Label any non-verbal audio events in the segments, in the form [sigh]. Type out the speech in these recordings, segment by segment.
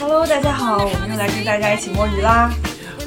Hello，大家好，我们又来跟大家一起摸鱼啦！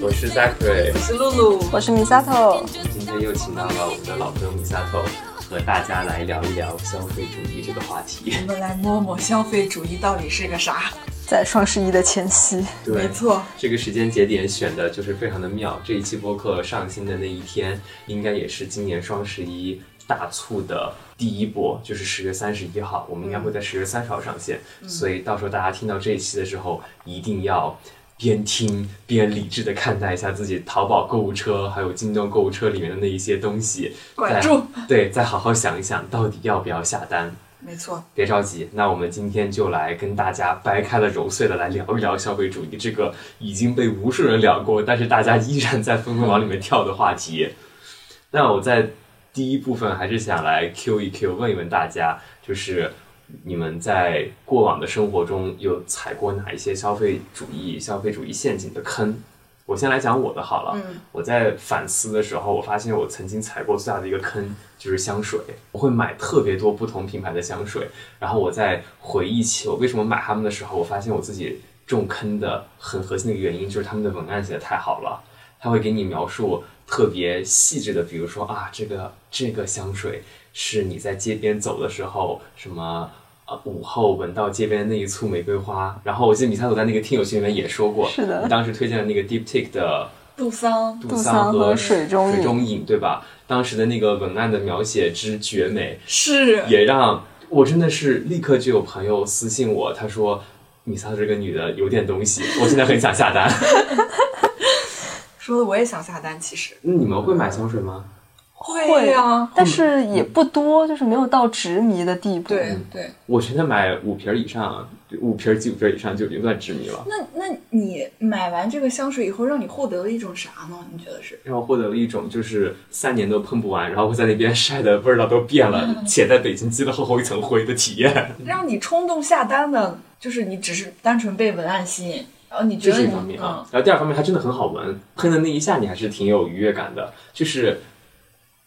我是 Zachary，我是露露，我是 Misato。今天又请到了我们的老朋友 Misato，和大家来聊一聊消费主义这个话题。我们来摸摸消费主义到底是个啥？在双十一的前夕，对，没错，这个时间节点选的就是非常的妙。这一期播客上新的那一天，应该也是今年双十一大促的第一波，就是十月三十一号，我们应该会在十月三十号上线，嗯所以到时候大家听到这一期的时候，一定要。边听边理智的看待一下自己淘宝购物车，还有京东购物车里面的那一些东西，管住，再对，再好好想一想，到底要不要下单。没错，别着急，那我们今天就来跟大家掰开了揉碎了来聊一聊消费主义这个已经被无数人聊过，但是大家依然在纷纷往里面跳的话题。那我在第一部分还是想来 Q 一 Q，问一问大家，就是你们在过往的生活中有踩过哪一些消费主义、消费主义陷阱的坑？我先来讲我的好了。嗯，我在反思的时候，我发现我曾经踩过最大的一个坑就是香水。我会买特别多不同品牌的香水，然后我在回忆起我为什么买它们的时候，我发现我自己中坑的很核心的原因就是他们的文案写的太好了，他会给你描述特别细致的，比如说啊，这个这个香水是你在街边走的时候什么。呃，午后闻到街边那一簇玫瑰花，然后我记得米萨佐在那个听友群里面也说过，是的你当时推荐的那个 Deep Take 的杜桑，杜杜桑桑和和水中水影中影，对吧？当时的那个文案的描写之绝美，是也让我真的是立刻就有朋友私信我，他说米萨这个女的有点东西，我现在很想下单。说的我也想下单，其实 [laughs] 那你们会买香水吗？啊会啊呀，但是也不多，就是没有到执迷的地步。嗯对对。我觉得买五瓶儿以上，五瓶儿、几五瓶儿以上就已经算执迷了。那那你买完这个香水以后，让你获得了一种啥呢？你觉得是？然后获得了一种就是三年都喷不完，然后会在那边晒的味道都变了，且在北京积了厚厚一层灰的体验，让你冲动下单的，就是你只是单纯被文案吸引，然后你觉得这是一你方面嗯啊。然后第二方面，它真的很好闻，喷的那一下你还是挺有愉悦感的。就是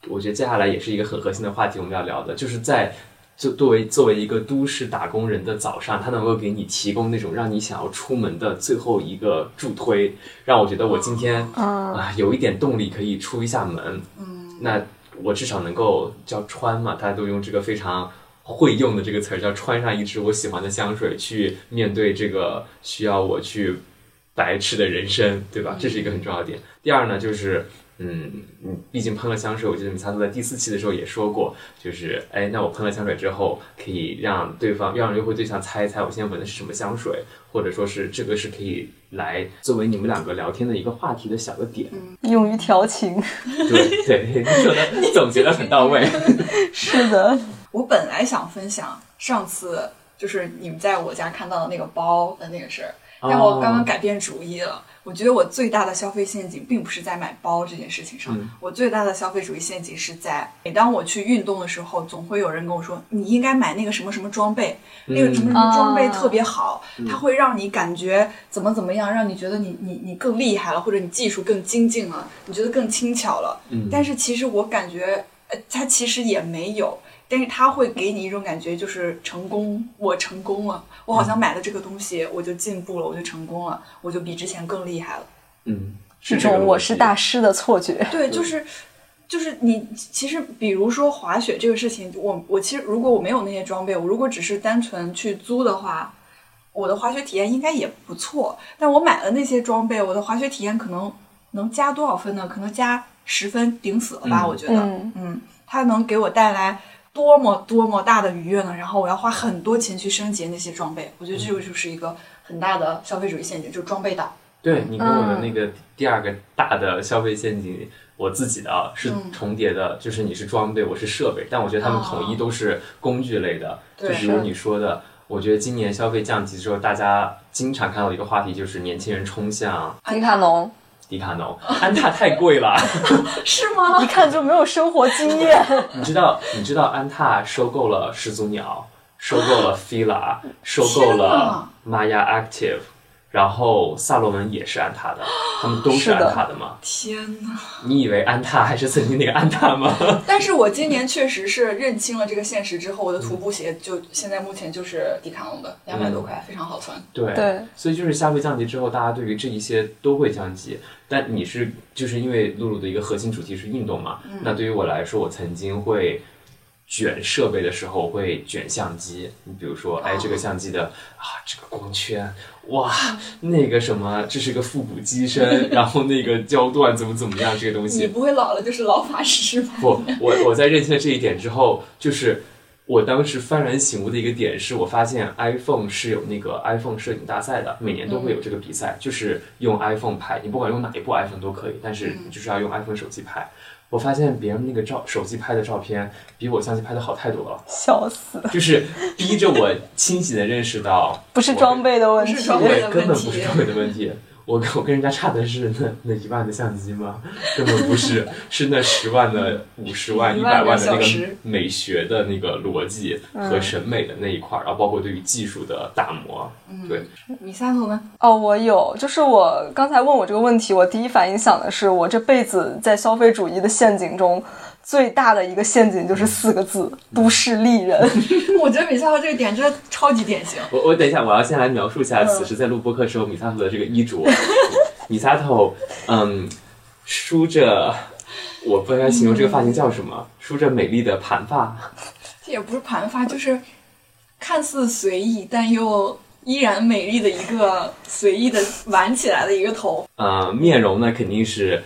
我觉得接下来也是一个很核心的话题，我们要聊的，就是在就作为作为一个都市打工人的早上，它能够给你提供那种让你想要出门的最后一个助推，让我觉得我今天嗯，啊有一点动力可以出一下门。嗯，那我至少能够叫穿嘛，大家都用这个非常。会用的这个词儿叫穿上一支我喜欢的香水去面对这个需要我去白痴的人生，对吧？这是一个很重要的点。第二呢，就是嗯，你毕竟喷了香水，我记得米萨都在第四期的时候也说过，就是哎，那我喷了香水之后，可以让对方让约会对象猜一猜我现在闻的是什么香水，或者说是这个是可以来作为你们两个聊天的一个话题的小的点。用于调情。对对，你说 [laughs] 的总结的很到位。是的，我本来想分享上次就是你们在我家看到的那个包的那个事儿，但我哦刚刚改变主意了。我觉得我最大的消费陷阱并不是在买包这件事情上，嗯我最大的消费主义陷阱是在每当我去运动的时候，总会有人跟我说你应该买那个什么什么装备，那个什么什么装备特别好，它会让你感觉怎么怎么样，让你觉得你你你更厉害了，或者你技术更精进了，你觉得更轻巧了。嗯但是其实我感觉，呃，它其实也没有，但是它会给你一种感觉，就是成功，我成功了，我好像买了这个东西，我就进步了，我就成功了，我就比之前更厉害了。嗯，这这个种逻我辑是大师的错觉。对，就是就是你其实比如说滑雪这个事情，我我其实如果我没有那些装备，我如果只是单纯去租的话，我的滑雪体验应该也不错。但我买了那些装备，我的滑雪体验可能能加多少分呢？可能加十分顶死了吧？嗯我觉得，嗯，嗯，它能给我带来多么多么大的愉悦呢？然后我要花很多钱去升级那些装备，我觉得这个就是一个很大的消费主义陷阱，就是装备党。对你跟我嗯的那个第二个大的消费陷阱，我自己的啊是嗯重叠的，就是你是装备，我是设备，但我觉得他们哦统一都是工具类的，就对比如是你说的。我觉得今年消费降级之后，大家经常看到一个话题，就是年轻人冲向迪卡侬迪卡 [laughs] 侬，安踏太贵了。 [laughs] 是吗？一看就没有生活经验。你知道，你知道安踏收购了 [gasps] 始祖鸟，收购了 fila，收购天了哪 Maya Active，然后萨洛门也是安踏 [gasps] 的，他们都是是的安踏的嘛？天哪！你以为安踏还是曾经那个安踏吗？但是我今年确实是认清了这个现实之后，我的徒步鞋就现在目前就是迪卡侬的，两百多块，非常好穿。对，对所以就是消费降级之后，大家对于这一些都会降级。但你是就是因为露露的一个核心主题是运动嘛？那对于我来说，我曾经会卷设备的时候会卷相机，你比如说，哎，这个相机的啊，这个光圈，哇，那个什么，这是个复古机身，然后那个焦段怎么怎么样，这个东西你不会老了就是老法师吧？不，我我在认清了这一点之后，就是我当时幡然醒悟的一个点是，我发现 iPhone 是有那个 iPhone 摄影大赛的，每年都嗯会有这个比赛，就是用 iPhone 拍，你不管用哪一部 iPhone 都可以，但嗯是你就是要用 iPhone 手机拍。我发现别人那个照手机拍的照片，比我相机拍的好太多了，笑死，就是逼着我清醒的认识到不是装备的问题不是，装备对的，问根本题不是装备的问题。我跟我跟人家差的是那那一万的相机吗？根本不 [laughs] 是，是那十万的、五十万、一一百万个万的那嗯小个时美学的那个逻辑和审美的那一块儿，然后包括对于技术的打磨。对，米萨头呢？哦，我有，就是我刚才问我这个问题，我第一反应想的是，我这辈子在消费主义的陷阱中，最大的一个陷阱就是四个字：都市丽人。 [laughs] 我觉得米萨头这个点真的超级典型。我我等一下，我要先来描述一下此时在录播课时候米萨头的这个衣 [laughs] 着。米萨头，嗯，梳着，我不知道形容这个发型叫什么，梳着美丽的盘发。这也不是盘发，就是看似随意，但又依然美丽的一个随意的挽起来的一个头。呃，面容呢肯定是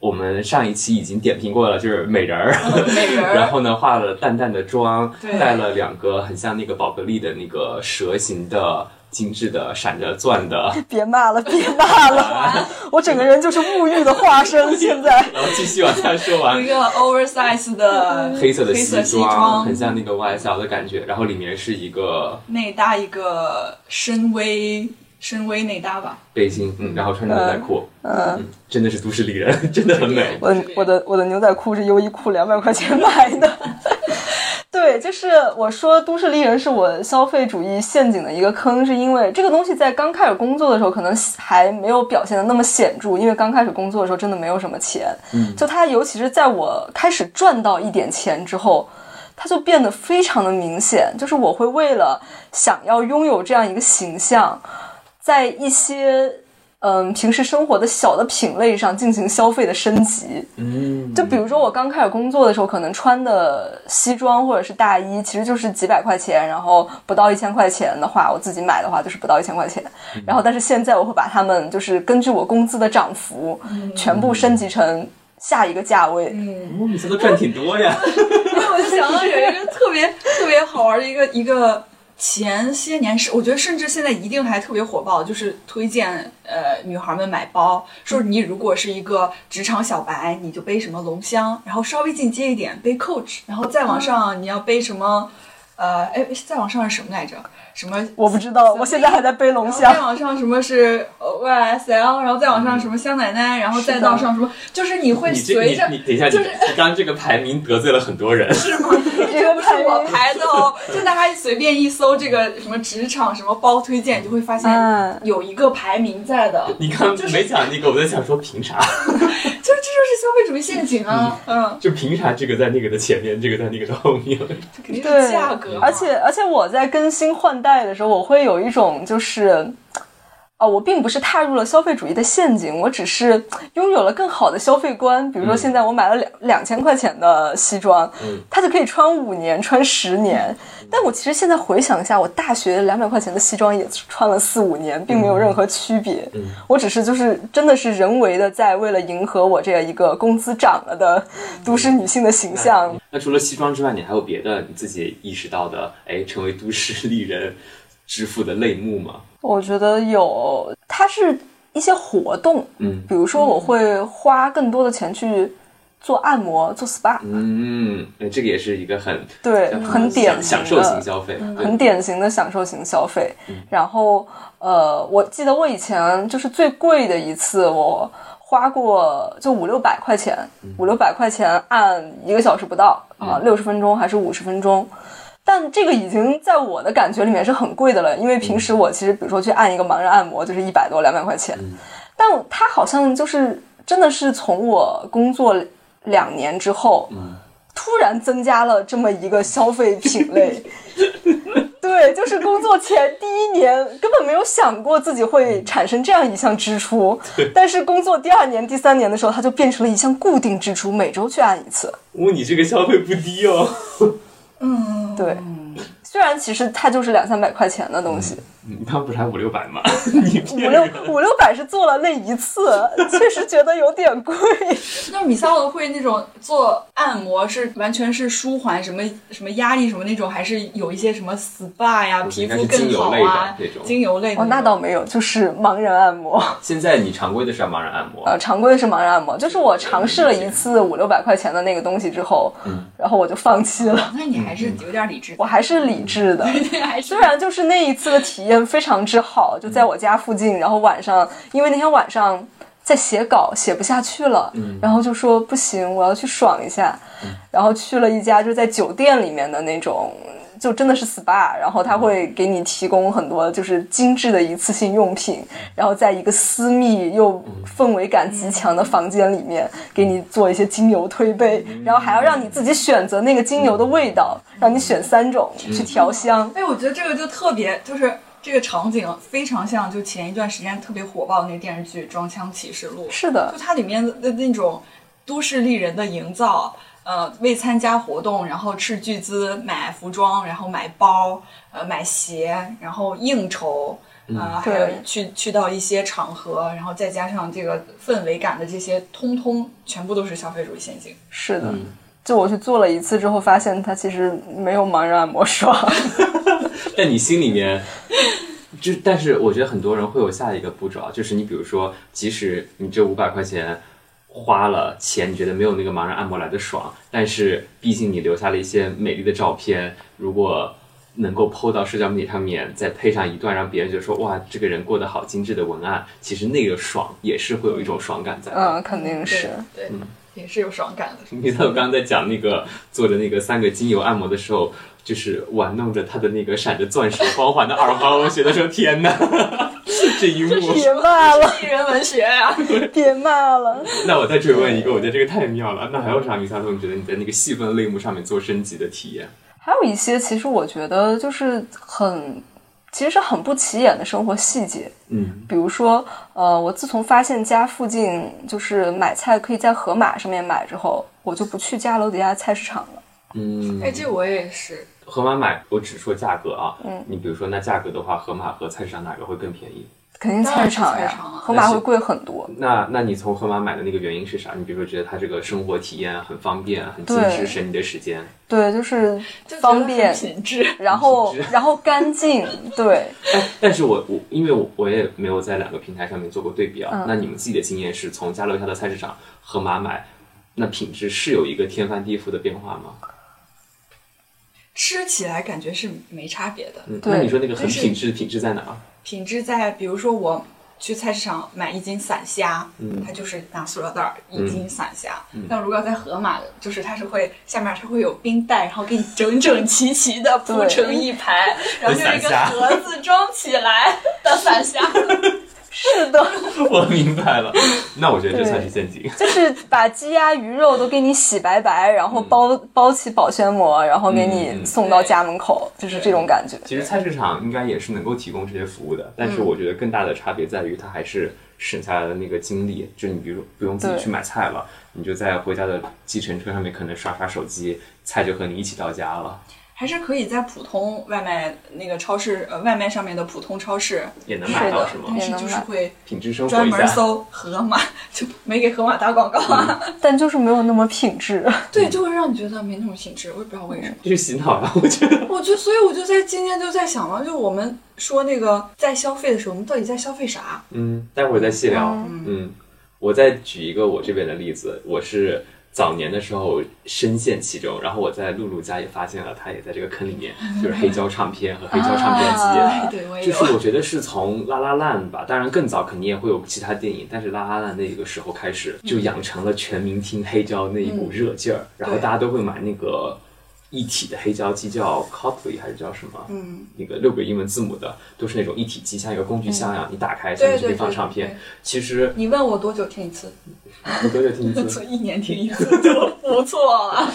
我们上一期已经点评过了，就是美人儿。嗯美人 [laughs] 然儿，后呢，化了淡淡的妆，对戴了两个很像那个宝格丽的那个蛇形的精致的闪着钻 [laughs] 的，别骂了，别骂 [laughs] 了，我整个人就是啊沐浴的化身。现在然后继续往下说有一完，个 oversize 的黑色的黑色西西装嗯很像那个 YSL 的感觉，然后里面是一个内搭一个深 V 深 V 内搭吧，背心，嗯，然后穿着牛仔裤，嗯，真的是都市丽人，真的很美。我的我的我的牛仔裤是优衣库两百块钱买的。 [laughs] 对，就是我说都市丽人是我消费主义陷阱的一个坑，是因为这个东西在刚开始工作的时候可能还没有表现的那么显著，因为刚开始工作的时候真的没有什么钱。嗯，就它尤其是在我开始赚到一点钱之后，它就变得非常的明显，就是我会为了想要拥有这样一个形象，在一些嗯平时生活的小的品类上进行消费的升级。嗯，就比如说我刚开始工作的时候，可能穿的西装或者是大衣，其实就是几百块钱，然后不到一千块钱的话，我自己买的话就是不到一千块钱。嗯然后但是现在我会把它们就是根据我工资的涨幅，全部升级成下一个价位。嗯我每次都赚挺多呀， [laughs] 我就想到有一个特别特别好玩的一个一个前些年是，我觉得甚至现在一定还特别火爆，就是推荐呃女孩们买包，说你如果是一个职场小白，你就背什么龙骧，然后稍微进阶一点背 Coach，然后再嗯往上你要背什么，呃，哎，再往上是什么来着？什么？我不知道，我现在还在背龙然后再虾。往上什么是呃 YSL，然后再往上什么香奶奶，然后再到上什么，就是你会嗯你这随你着你等一下，你就是你刚这个排名得罪了很多人，是吗？[laughs] 这这不是我排的 [laughs] 哦，就大家随便一搜这个什么职场什么包推荐，你就会发嗯现有一个排名在的，你刚就是没讲那个，我在想说凭啥？ [laughs] 就是这就是消费主义陷阱啊，嗯，就凭啥这个在那个的前面，这个在那个的后面？这肯定对是价格嘛，而且而且我在更新换代的时候，我会有一种就是，啊、我并不是踏入了消费主义的陷阱，我只是拥有了更好的消费观。比如说，现在我买了两两千块钱的西装，嗯它就可以穿五年、穿十年。但我其实现在回想一下，我大学两百块钱的西装也穿了四五年，并没有任何区别。嗯我只是就是真的是人为的在为了迎合我这样一个工资涨了的嗯都市女性的形象， [laughs] 那除了西装之外，你还有别的你自己意识到的？哎，成为都市丽人致富的类目吗？我觉得有，它是一些活动，嗯比如说我会花更多的钱去做按摩、做 SPA，嗯，哎这个也是一个很对，很典型嗯享的嗯受型消费，对很典型的享受型消费。然后，呃，我记得我以前就是最贵的一次，我花过就五六百块钱，五六百块钱按一个小时不到啊，六十分钟还是五十分钟。但这个已经在我的感觉里面是很贵的了，因为平时我其实比如说去按一个盲人按摩就是一百多两百块钱，但他好像就是真的是从我工作两年之后，突然增加了这么一个消费品类。 [laughs] 对，就是工作前第一年根本没有想过自己会产生这样一项支出，但是工作第二年、第三年的时候，它就变成了一项固定支出，每周去按一次。哦，你这个消费不低哦。 [laughs] 嗯，对，虽然其实它就是两三百块钱的东西，你他们不是还五六百吗？你五骗六人！五六百是做了那一次，确实觉得有点贵。那米萨罗会那种做按摩是完全是舒缓什么什么压力什么那种，还是有一些什么 SPA 呀，就是皮应该肤是更好啊精油类的那种精油类的哦，那倒没有，就是盲人按摩。现在你常规的是要盲人按摩，呃，常规的是盲人按摩，就是我尝试了一次五六百块钱的那个东西之后，然后我就放弃了。那你还是嗯有点理智，[laughs] 我还是理智的，还是虽然就是那一次的体验非常之好，就在我家附近，然后晚上，因为那天晚上在写稿，写不下去了，然后就说不行，我要去爽一下，然后去了一家就在酒店里面的那种。就真的是 SPA，然后他会给你提供很多就是精致的一次性用品，然后在一个私密又氛围感极强的房间里面，给你做一些精油推背，然后还要让你自己选择那个精油的味道，让你选三种去调香。哎，我觉得这个就特别，就是这个场景非常像，就前一段时间特别火爆的那个电视剧《装腔启示录》，是的就，它里面的那种都市丽人的营造，呃，为参加活动然后斥巨资买服装，然后买包，呃，买鞋，然后应酬。呃，还有对去去到一些场合，然后再加上这个氛围感的这些，通通全部都是消费主义陷阱。是的。嗯就我去做了一次之后，发现它其实没有盲人按摩 [laughs] 爽。但你心里面，就但是我觉得很多人会有下一个步骤啊，就是你比如说，即使你这五百块钱花了钱，你觉得没有那个盲人按摩来的爽，但是毕竟你留下了一些美丽的照片，如果能够 PO 到社交媒体上面，再配上一段让别人觉得说哇，这个人过得好精致的文案，其实那个爽也是会有一种爽感在的。嗯，肯定是。对，对也是有爽感的。 [laughs] 你看我刚刚在讲那个做的那个三个精油按摩的时候，就是玩弄着它的那个闪着钻石光环的耳环，我觉得说天哪，这一幕。别 [laughs] 骂了，艺人文学啊呀、[laughs] 别骂了。那我再追问一个，我觉得这个太妙了。那还有啥米萨托？你觉得你在那个细分类目上面做升级的体验？还有一些，其实我觉得就是很，其实是很不起眼的生活细节。嗯比如说，呃，我自从发现家附近就是买菜可以在盒马上面买之后，我就不去家楼底下菜市场了。嗯哎，这我也是，盒马买，我只说价格啊。嗯你比如说，那价格的话，盒马和菜市场哪个会更便宜？肯定菜市场当然呀是菜市场，了啊盒马会贵很多。那那你从盒马买的那个原因是啥？你比如说，觉得它这个生活体验很方便、很精致，对省你的时间。对，就是就觉得方很便，品质。然后品质然后干净，对。哎但是我我因为我我也没有在两个平台上面做过对比啊，那你们自己的经验是从家楼下的菜市场盒马买，那品质是有一个天翻地覆的变化吗？吃起来感觉是没差别的，嗯，对那你说那个很就是品质，品质在哪儿？ [laughs] 品质在比如说我去菜市场买一斤散虾，嗯它就是拿塑料袋儿一斤散虾。但如果要在盒马，就是它是会下面它会有冰袋，然后给你整整齐齐的铺对成一排， [laughs] 然后用一散个虾盒子装起来的散 [laughs] 虾。 [laughs] 是的，我明白了，那我觉得这算是陷阱。就是把鸡鸭鱼肉都给你洗白白，然后包、包起保鲜膜，然后给嗯嗯你嗯送到家门口，就是这种感觉。其实菜市场应该也是能够提供这些服务的，但是我觉得更大的差别在于它还是省下来的那个精力，就你比如不用自己对去买菜了，你就在回家的计程车上面可能刷刷手机，菜就和你一起到家了，还是可以在普通外卖那个超市，呃，外卖上面的普通超市也能买到是是的吗？但是就是会品质生活专嗯一门下。搜盒马，就没给盒马打广告啊。但就是没有那么品质。 [laughs] 嗯对，就会让你觉得没那种品质，我也不知道为什么。这是洗脑呀、我觉得。我就所以我就在今天就在想了，就我们说那个在消费的时候，我们到底在消费啥？嗯，待会儿再细聊。嗯我再举一个我这边的例子，我是早年的时候深陷其中，然后我在露露家也发现了，她也在这个坑里面，就是黑胶唱片和黑胶唱片机。啊对，我 [laughs] 就是我觉得是从《拉拉烂》吧，当然更早肯定也会有其他电影，但是《拉拉烂》那个时候开始就养成了全民听黑胶那一股热劲儿，然后对大家都会买那个一体的黑胶机，叫 Cotley 还是叫什么？嗯，那个六个英文字母的，都是那种一体机，像一个工具箱一样，你打开下对面就可嗯对以放对唱片对。 [laughs] 其实你问我多久听一 [laughs] 次？你多久听 [laughs] 一次？一年听一次就不错啊了。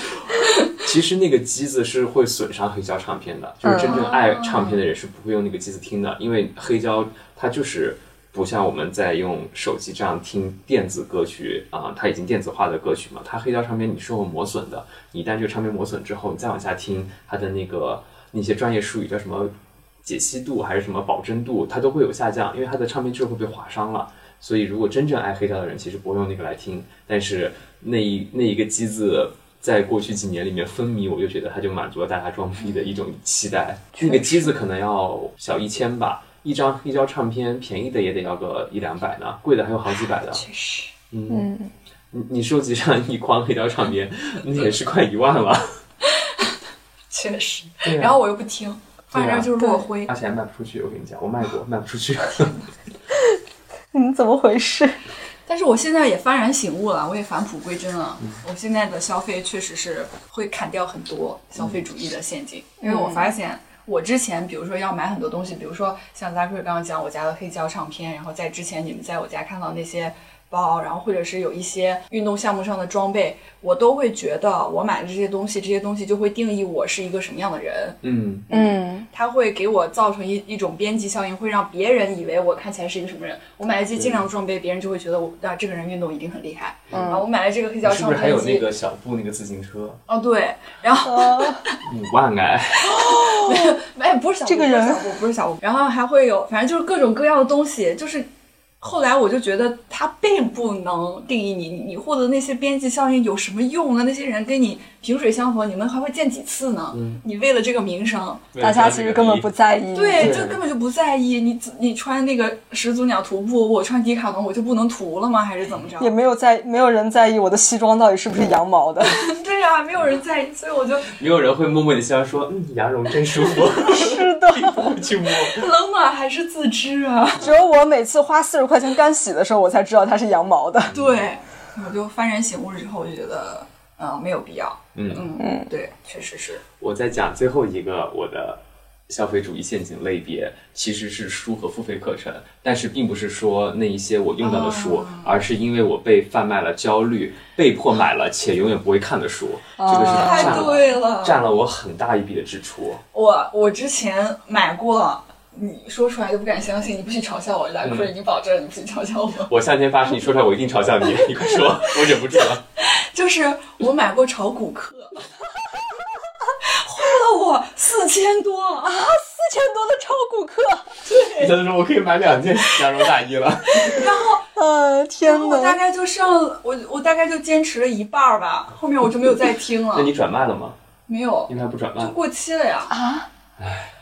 其实那个机子是会损伤黑胶唱片的，就是真正哦爱唱片的人是不会用那个机子听的，因为黑胶它就是不像我们在用手机这样听电子歌曲啊、它已经电子化的歌曲嘛，它黑胶唱片你是会磨损的，你一旦这个唱片磨损之后，你再往下听它的那个那些专业术语叫什么解析度还是什么保真度，它都会有下降，因为它的唱片质会被划伤了。所以，如果真正爱黑胶的人，其实不会用那个来听。但是那一那一个机子，在过去几年里面风靡，我就觉得它就满足了大家装逼的一种期待。那个机子可能要小一千吧，一张黑胶唱片便宜的也得要个一两百呢，贵的还有好几百的。确实，嗯，嗯，你你收集上一筐黑胶唱片，那也是快一万了。确实。对啊然后我又不听，放在这儿就是落灰。而且还卖不出去，我跟你讲，我卖过，卖不出 [laughs] 去。嗯，怎么回事？但是我现在也幡然醒悟了，我也返璞归真了。我现在的消费确实是会砍掉很多消费主义的陷阱，因为我发现我之前，比如说要买很多东西，比如说像 Zachary 刚刚讲我家的黑胶唱片，然后在之前你们在我家看到那些包，然后或者是有一些运动项目上的装备，我都会觉得我买了这些东西，这些东西就会定义我是一个什么样的人。嗯，嗯，它会给我造成一一种边际效应，会让别人以为我看起来是一个什么人。我买了这些精良的装备，别人就会觉得我啊这个人运动一定很厉害。嗯、啊，我买了这个黑胶是唱不是还片有机，那个小布那个自行车？哦对，然后呃，五万哎，哎不是小这个吴不是人小吴不是小吴，然后还会有反正就是各种各样的东西，就是。后来我就觉得它并不能定义你，你你获得那些边际效应有什么用呢？那些人跟你萍水相逢，你们还会见几次呢？嗯你为了这个名声，大家其实根本不在意。对，对就根本就不在意你自，你穿那个始祖鸟徒步，我穿迪卡侬，我就不能涂了吗？还是怎么着？也没有在，没有人在意我的西装到底是不是羊 [laughs] 毛的。对呀、没有人在意，所以我就没有人会摸摸你心脏说，嗯，羊绒真舒 [laughs] 服，[laughs] 是的，不会去摸。冷暖还是自知啊。只有我每次花四十块钱干洗的时候，我才知道它是羊毛的。对，我就幡然醒悟之后，我就觉得，嗯、没有必要。嗯，嗯，对，确实是。我再讲最后一个我的消费主义陷阱类别，其实是书和付费课程，但是并不是说那一些我用到的书，哦而是因为我被贩卖了焦虑，被迫买 [laughs] 了且永远不会看的书，这嗯个是啊哦啊太占了、对了，占了我很大一笔的支出。我我之前买过，你说出来都不敢相信，你不许嘲笑我，来坤、你保证你不许嘲笑我。我向天发誓，你说出来我一定嘲笑你，你快说， [laughs] 我忍不住了。就是我买过炒股课， [laughs] 花了我四千多啊。四千多的炒股 [laughs] 课，他就说我可以买两件羊绒大衣了。呃，天哦我大哪！概就上了我我大概就坚持了一半儿吧，后面我就没有再听 [laughs] 那了，你转卖了吗？没有应该不转就卖，过期了呀。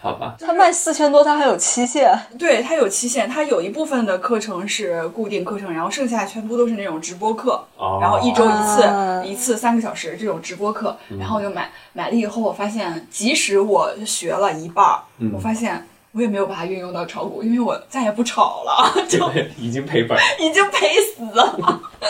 好吧？他卖四千多，他还有期限。对，它有期限，它有一部分的课程是固定课程，然后剩下全部都是那种直播课，哦然后一周一次，啊一次三个小时这种直播课，嗯然后我就买买了以后，我发现即使我学了一半儿，嗯我发现。我也没有把它运用到炒股，因为我再也不炒了， [laughs] 就对，已经赔本儿。已经赔死了。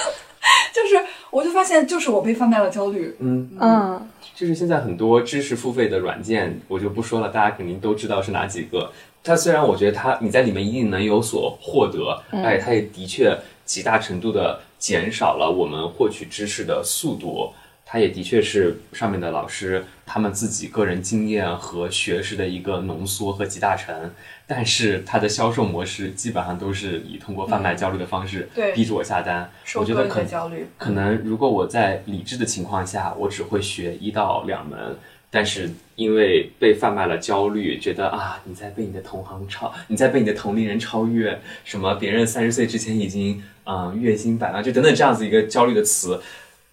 [laughs] 就是，我就发现，就是我被贩卖了焦虑，嗯，嗯，就是现在很多知识付费的软件，我就不说了，大家肯定都知道是哪几个。它虽然我觉得它你在里面一定能有所获得，嗯哎，它也的确极大程度的减少了我们获取知识的速度。它也的确是上面的老师他们自己个人经验和学识的一个浓缩和集大成，但是它的销售模式基本上都是以通过贩卖焦虑的方式嗯对逼着我下单。收我觉割得你可的焦虑。可能如果我在理智的情况下，我只会学一到两门，但是因为被贩卖了焦虑，觉得啊，你在被你的同行超，你在被你的同龄人超越，什么别人三十岁之前已经嗯、呃月薪百万，就等等这样子一个焦虑的词，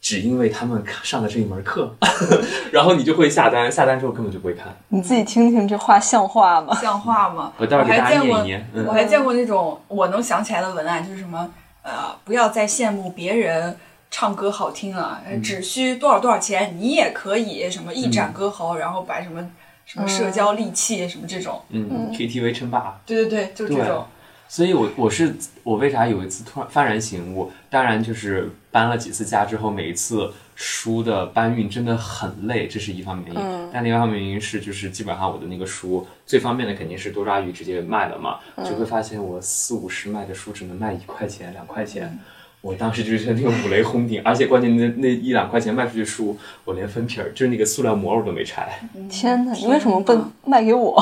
只因为他们上了这一门课， [laughs] 然后你就会下单，下单之后根本就不会看。你自己听听这话像话吗？像话吗？ [laughs] 我待会儿给还大家见念过一，念，嗯我还见过那种我能想起来的文案，就是什么呃，不要再羡慕别人唱歌好听了，嗯呃只需多少多少钱，你也可以什么一展歌喉，然后把什嗯么什么社交利器什么这种，嗯，KTV 称霸，对对对，就是这种。所以我我是我为啥有一次突然幡然醒悟？当然就是搬了几次家之后，每一次书的搬运真的很累，这是一方面原因。嗯但另外一方面原因是，就是基本上我的那个书最方便的肯定是多抓鱼直接卖了嘛，嗯就会发现我四五十卖的书只能卖一块钱两块嗯钱。我当时就是那个五雷轰顶，而且关键那那一两块钱卖出去书，我连分皮儿，就是那个塑料膜我都没拆，天哪，你为什么不卖给 [laughs] 我？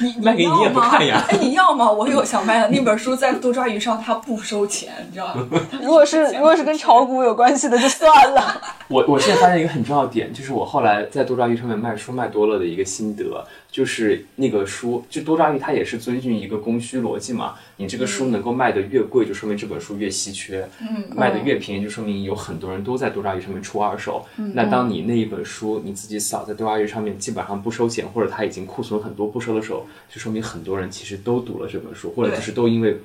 你卖给你也不看呀要吗哎，你要吗？我有想卖的那本书，在多抓鱼上它不收钱，你知道吗？如 [laughs] 果是如果是跟炒股有关系的就算了。我我现在发现一个很重要的点，就是我后来在多抓鱼上面卖书卖多了的一个心得，就是那个书，就多抓鱼它也是遵循一个供需逻辑嘛。你这个嗯书能够卖得越贵，就说明这本书越稀缺；嗯卖得越便宜，就说明有很多人都在多抓鱼上面出二手。嗯那当你那一本书你自己扫在多抓鱼上面基本上不收钱，或者它已经库存很多不收的时候，就说明很多人其实都读了这本书，或者就是都因为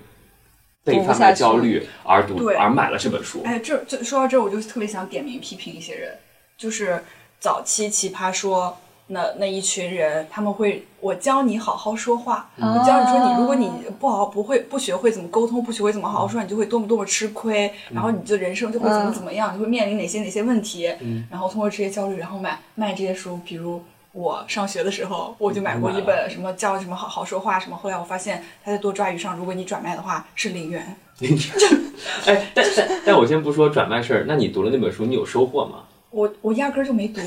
被读不贩下卖去焦虑而读对而买了这本书。哎，这这说到这，我就特别想点名批评一些人，就是早期奇葩说那那一群人，他们会我教你好好说话，我教你说你如果你不好不会不学会怎么沟通，不学会怎么好好说，你就会多么多么吃亏，然后你的人生就会怎么怎么样，你会面临哪些哪些问题，然后通过这些焦虑，然后买卖这些书，比如。我上学的时候，我就买过一本什么叫什么好好说话什么，后来我发现它在多抓鱼上，如果你转卖的话是零元， [laughs] 哎，但但但我先不说转卖事儿，那你读了那本书，你有收获吗？我我压根儿就没读。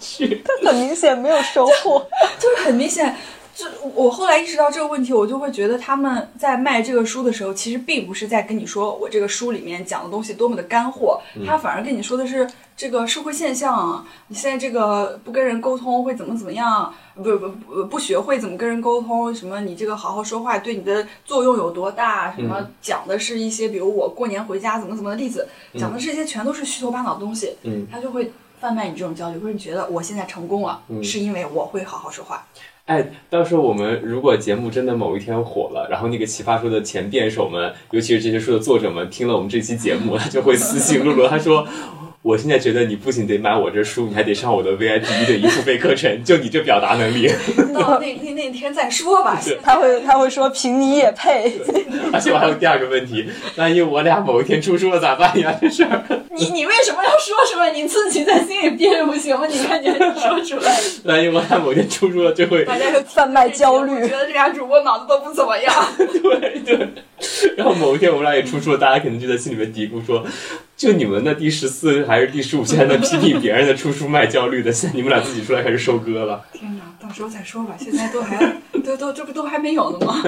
去， [laughs] 很明显没有收获。就是很明显，就我后来意识到这个问题，我就会觉得他们在卖这个书的时候，其实并不是在跟你说我这个书里面讲的东西多么的干货，他反而跟你说的是这个社会现象，你现在这个不跟人沟通会怎么怎么样，不不不不学会怎么跟人沟通，什么你这个好好说话对你的作用有多大，什么讲的是一些比如我过年回家怎么怎么的例子，讲的这些全都是虚头巴脑的东西，嗯，他就会贩卖你这种焦虑，或者你觉得我现在成功了，是因为我会好好说 [laughs] 话。哎，到时候我们如果节目真的某一天火了，然后那个奇葩说的前辩手们，尤其是这些书的作者们，听了我们这期节目，他就会私信露露，他说。我现在觉得你不仅得买我这书，你还得上我的 VIP 的一付费课程。就你这表达能力，到那那那天再说吧。是 [laughs] 他会他会说凭你也 [laughs] 配？而且我还有第二个问题，万一我俩某一天出书了咋办呀？这事儿。你你为什么要说出来？你自己在心里憋着不行吗？你看你还说出来，万一我俩某天出书了，就会大家就贩卖焦虑我觉得这俩主播脑子都不怎么样。对对，然后某一天我们俩也出书了，大家可能就在心里面嘀咕说，就你们那第十四还是第十五期还能批评别人的出书卖焦虑的，现在你们俩自己出来开始收割了。 [laughs] 天哪，到时候再说吧。现在都还都都这不都还没有呢吗？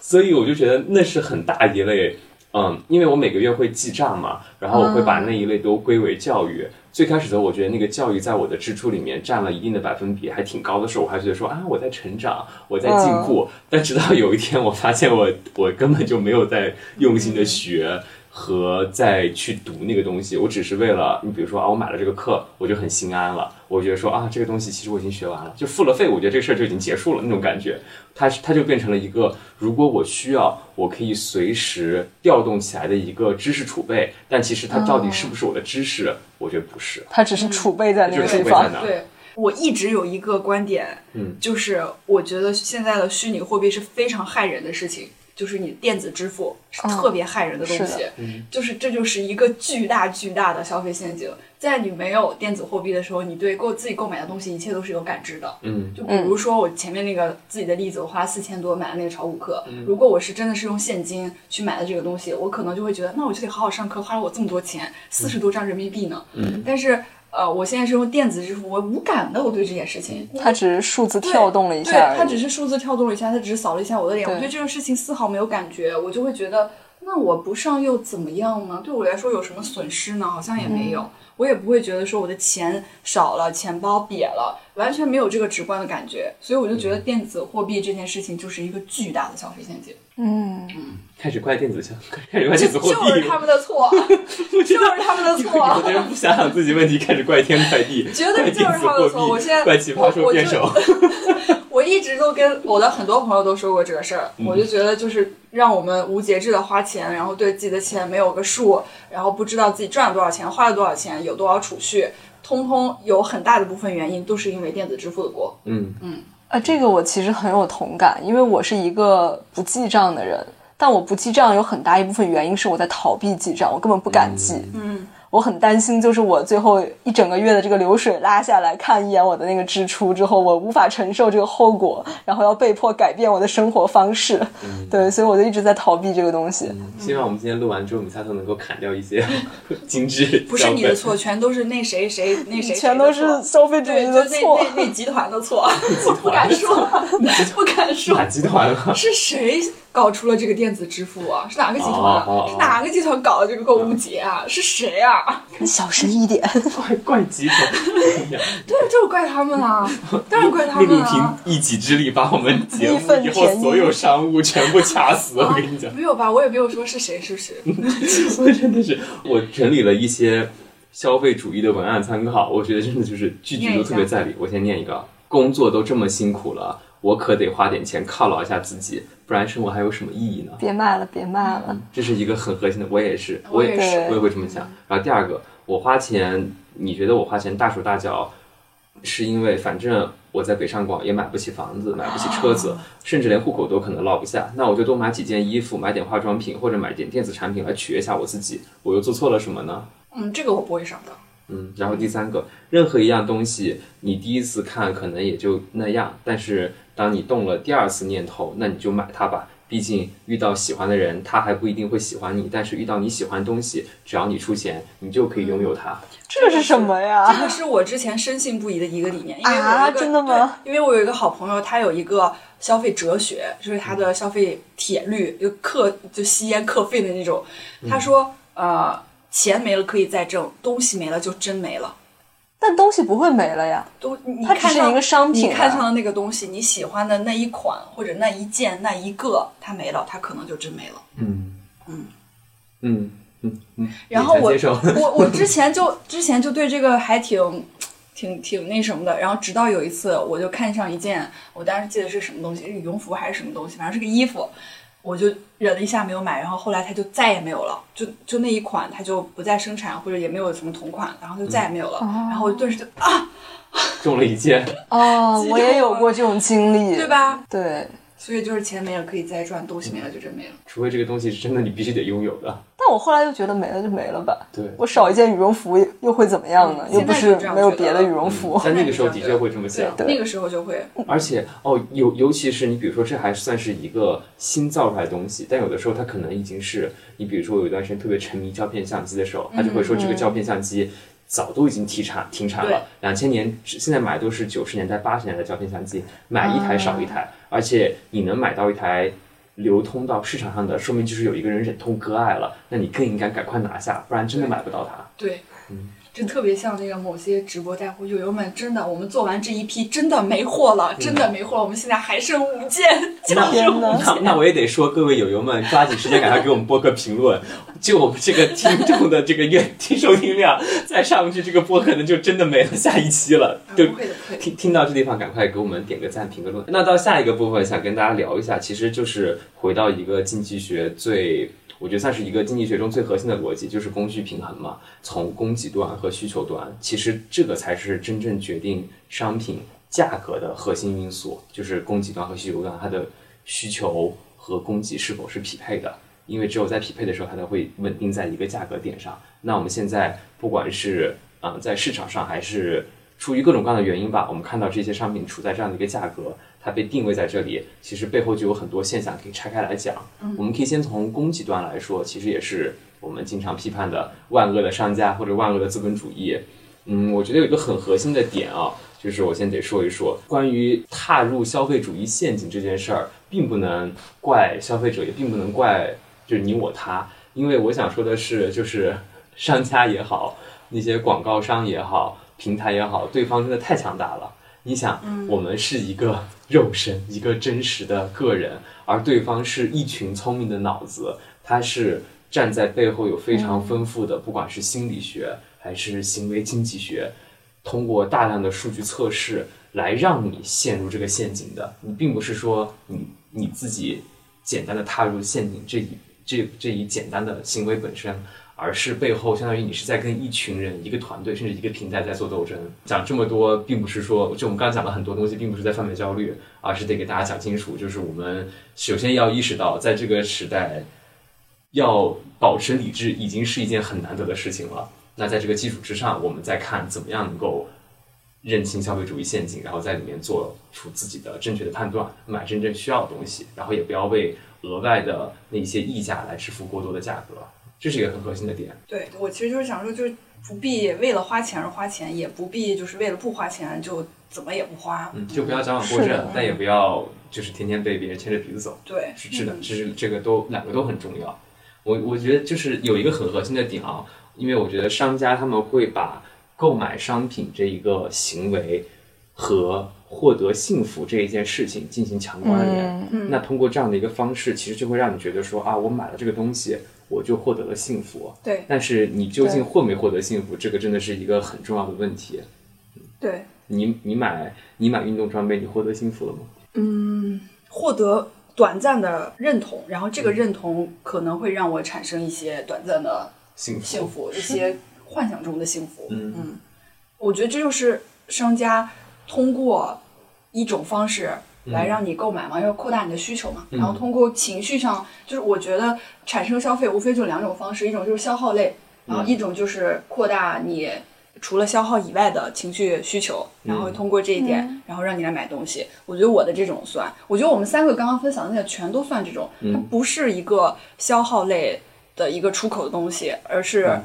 所以我就觉得那是很大一类，嗯，因为我每个月会记账嘛，然后我会把那一类都归为教育。最开始的时候，我觉得那个教育在我的支出里面占了一定的百分比，还挺高的时候，我还觉得说啊，我在成长，我在进步。但直到有一天，我发现我 [laughs] 我根本就没有在用心的学和再去读那个东西，我只是为了你，比如说啊，我买了这个课，我就很心安了，我觉得说啊，这个东西其实我已经学完了，就付了费，我觉得这个事儿就已经结束了那种感觉。它它就变成了一个，如果我需要，我可以随时调动起来的一个知识储备，但其实它到底是不是我的知识，我觉得不是。他只是储备在那就个是储地备在方。哪？对。我一直有一个观点，嗯，就是我觉得现在的虚拟货币是非常害人的事情，就是你电子支付是嗯特别害人的东是西的，嗯就是这就是一个巨大巨大的消费陷阱。在你没有电子货币的时候，你对购自己购买的东西一切都是有感知的，嗯就比如说我前面那个自己的例子，我花四千多买的那个炒股课，嗯如果我是真的是用现金去买的这个东西，我可能就会觉得，那我就得好好上课，花了我这么多钱，四十多张人民币呢。嗯但是呃，我现在是用电子支付，我无感的，我对这件事情。他只是数字跳动了一下对，而已。它只是数字跳动了一下，它只是扫了一下我的脸，对我对这个事情丝毫没有感觉，我就会觉得，那我不上又怎么样呢？对我来说有什么损失呢？好像也没嗯有，我也不会觉得说我的钱少了，钱包瘪了，完全没有这个直观的感觉，所以我就觉得电子货币这件事情就是一个巨大的消费陷阱，嗯，开始怪电子商， [laughs] 开始怪就电子货就是币。他们的错， [laughs] 我觉就得是他们的有错。的人不想想自己问题，开始怪天怪地，绝对怪就是电他子们的错！货我币现在，怪奇葩我说我辩就手。 [laughs] 嗯我一直都跟我的很多朋友都说过这个事儿，我就觉得就是让我们无节制的花钱，然后对自己的钱没有个数，然后不知道自己赚了多少钱，花了多少钱，有多少储蓄，通通有很大的部分原因都是因为电子支付的锅。嗯嗯，啊，这个我其实很有同感，因为我是一个不记账的人，但我不记账有很大一部分原因是我在逃避记账，我根本不敢记。嗯，我很担心，就是我最后一整个月的这个流水拉下来，看一眼我的那个支出之后，我无法承受这个后果，然后要被迫改变我的生活方式。嗯对，所以我就一直在逃避这个东西。希望我们今天录完之后，米萨特能够砍掉一些 [laughs] 精致。不是你的，错，全都是那谁谁那谁谁的错，嗯全都是消费主对，义就的那错。那那集团的 [laughs] 错， [laughs] 我不敢说，不敢说哪。集团了？ [laughs] 是谁搞出了这个电子支付啊？是哪个集团啊？哦哦哦是哪个集团搞的这个购物节啊？是谁啊？你小声一点。嗯怪怪集团！对，就是怪他们 [laughs] 啊，当然怪他命们运凭啊。一己之力把我们节目义愤以后填膺所有商务全部掐 [laughs] 死，我跟你讲。没有吧？我也没有说是谁，是谁。我真的是，我整理了一些消费主义的文案参考，我觉得真的就是句句念都一下特别在理。我先念一个：工作都这么辛苦了，我可得花点钱犒劳一下自己，不然生活还有什么意义呢？别骂了，别骂嗯了。这是一个很核心的，我也是，我也也是，是我也会这么想。然后第二个，我花钱，你觉得我花钱大手大脚，是因为反正我在北上广也买不起房子，买不起车子，甚至连户口都可能落不下，那我就多买几件衣服，买点化妆品或者买点电子产品来取悦一下我自己，我又做错了什么呢？嗯，这个我不会上当。嗯，然后第三个，任何一样东西，你第一次看可能也就那样，但是当你动了第二次念头，那你就买它吧。毕竟遇到喜欢的人，他还不一定会喜欢你，但是遇到你喜欢的东西，只要你出钱，你就可以拥有它。这是什么呀？这个是我之前深信不疑的一个理念，因为我有一个、啊真的吗对？因为我有一个好朋友，他有一个消费哲学，就是他的消费铁律，就克就吸烟克肺的那种。他说，呃，钱没了可以再挣，东西没了就真没了。但东西不会没了呀。都你它看只上是一个商品啊你看上的那个东西，你喜欢的那一款或者那一件那一个，它没了，它可能就真没了。嗯嗯嗯嗯嗯。然后我理解接受我我之前就之前就对这个还挺挺挺那什么的，然后直到有一次我就看上一件，我当时记得是什么东西，是羽绒服还是什么东西，反正是个衣服，我就忍了一下没有买，然后后来它就再也没有了，就就那一款它就不再生产或者也没有什么同款，然后就再也没有了，哦然后我顿时就啊中了一箭， [laughs] [laughs] 哦，激我也动有啊过这种经 [laughs] 历，对？吧？对，所以就是钱没了可以再赚，东西没了就真没了。除非这个东西是真的，你必须得拥有的。但我后来又觉得没了就没了吧，对。我少一件羽绒服又又会怎么样呢？嗯又不是现在就这样没有别的羽绒服。嗯但那个时候的确会这么想，那个时候就会， [laughs] 而且哦，尤尤其是你，比如说这还算是一个新造出来的东西，但有的时候它可能已经是你，比如说我有一段时间特别沉迷胶片相机的时候，他就会说这个胶片相机早都已经停产停产了，两千年现在买都是九十年代八十年代的胶片相机，买一台少一台，而且你能买到一台。流通到市场上的，说明就是有一个人忍痛割爱了，那你更应该赶快拿下，不然真的买不到它。对，嗯这特别像那个某些直播带货友友们，真的，我们做完这一批真的没货了，真的没货了，我们现在还剩五件，嗯那就是天哪！那那我也得说，各位友友们，抓紧时间赶快给我们播个评论。就我们这个听众的这个月听收听量，再上去这个播可能就真的没了下一期了。就不会的，不会的。 [laughs] 听听到这地方，赶快给我们点个赞、评个论。那到下一个部分，想跟大家聊一下，其实就是回到一个经济学最，我觉得算是一个经济学中最核心的逻辑，就是供需平衡嘛。从供给端和需求端，其实这个才是真正决定商品价格的核心因素，就是供给端和需求端它的需求和供给是否是匹配的。因为只有在匹配的时候，它才会稳定在一个价格点上。那我们现在不管是嗯、呃在市场上还是出于各种各样的原因吧，我们看到这些商品处在这样的一个价格，它被定位在这里，其实背后就有很多现象可以拆开来讲。我们可以先从供给端来说，其实也是我们经常批判的万恶的商家或者万恶的资本主义。嗯，我觉得有一个很核心的点啊，就是我先得说一说关于踏入消费主义陷阱这件事儿，并不能怪消费者，也并不能怪就是你我他，因为我想说的是，就是商家也好，那些广告商也好，平台也好，对方真的太强大了。你想，我们是一个 [laughs] 肉身，一个真实的个人，而对方是一群聪明的脑子，他是站在背后有非常丰富的，不管是心理学还是行为经济学，通过大量的数据测试来让你陷入这个陷阱的。你并不是说你你自己简单的踏入陷阱这一这这一简单的行为本身，而是背后相当于你是在跟一群人、一个团队，甚至一个平台在做斗争。讲这么多，并不是说就我们刚才讲了很多东西，并不是在贩卖焦虑，而是得给大家讲清楚，就是我们首先要意识到，在这个时代，要保持理智已经是一件很难得的事情了。那在这个基础之上，我们再看怎么样能够认清消费主义陷阱，然后在里面做出自己的正确的判断，买真正需要的东西，然后也不要为额外的那些溢价来支付过多的价格。这是一个很核心的点。对我其实就是想说，就是不必为了花钱而花钱，也不必就是为了不花钱就怎么也不花。嗯，就不要矫枉过正是的，但也不要就是天天被别人牵着鼻子走。对，嗯是是的，嗯这是这个都两个都很重要。我我觉得就是有一个很核心的点啊，因为我觉得商家他们会把购买商品这一个行为和获得幸福这一件事情进行强关联。嗯，那通过这样的一个方式，其实就会让你觉得说啊，我买了这个东西，我就获得了幸福。对但是你究对竟获没获得幸福，这个真的是一个很重要的问题。对，你你买你买运动装备，你获得幸福了吗？获得短暂的认同，然后这嗯个认同可能会让我产生一些短暂的幸福，幸福，一些幻想中的幸福。嗯我觉得这就是商家通过一种方式来让你购买嘛，要扩大你的需求嘛。然后通过情绪上，就是我觉得产生消费无非就两种方式，一种就是消耗类，然后一种就是扩大你除了消耗以外的情绪需求，然后通过这一点，然后让你来买东西。我觉得我的这种算，我觉得我们三个刚刚分享的那个全都算这种，它不是一个消耗类的一个出口的东西，而是、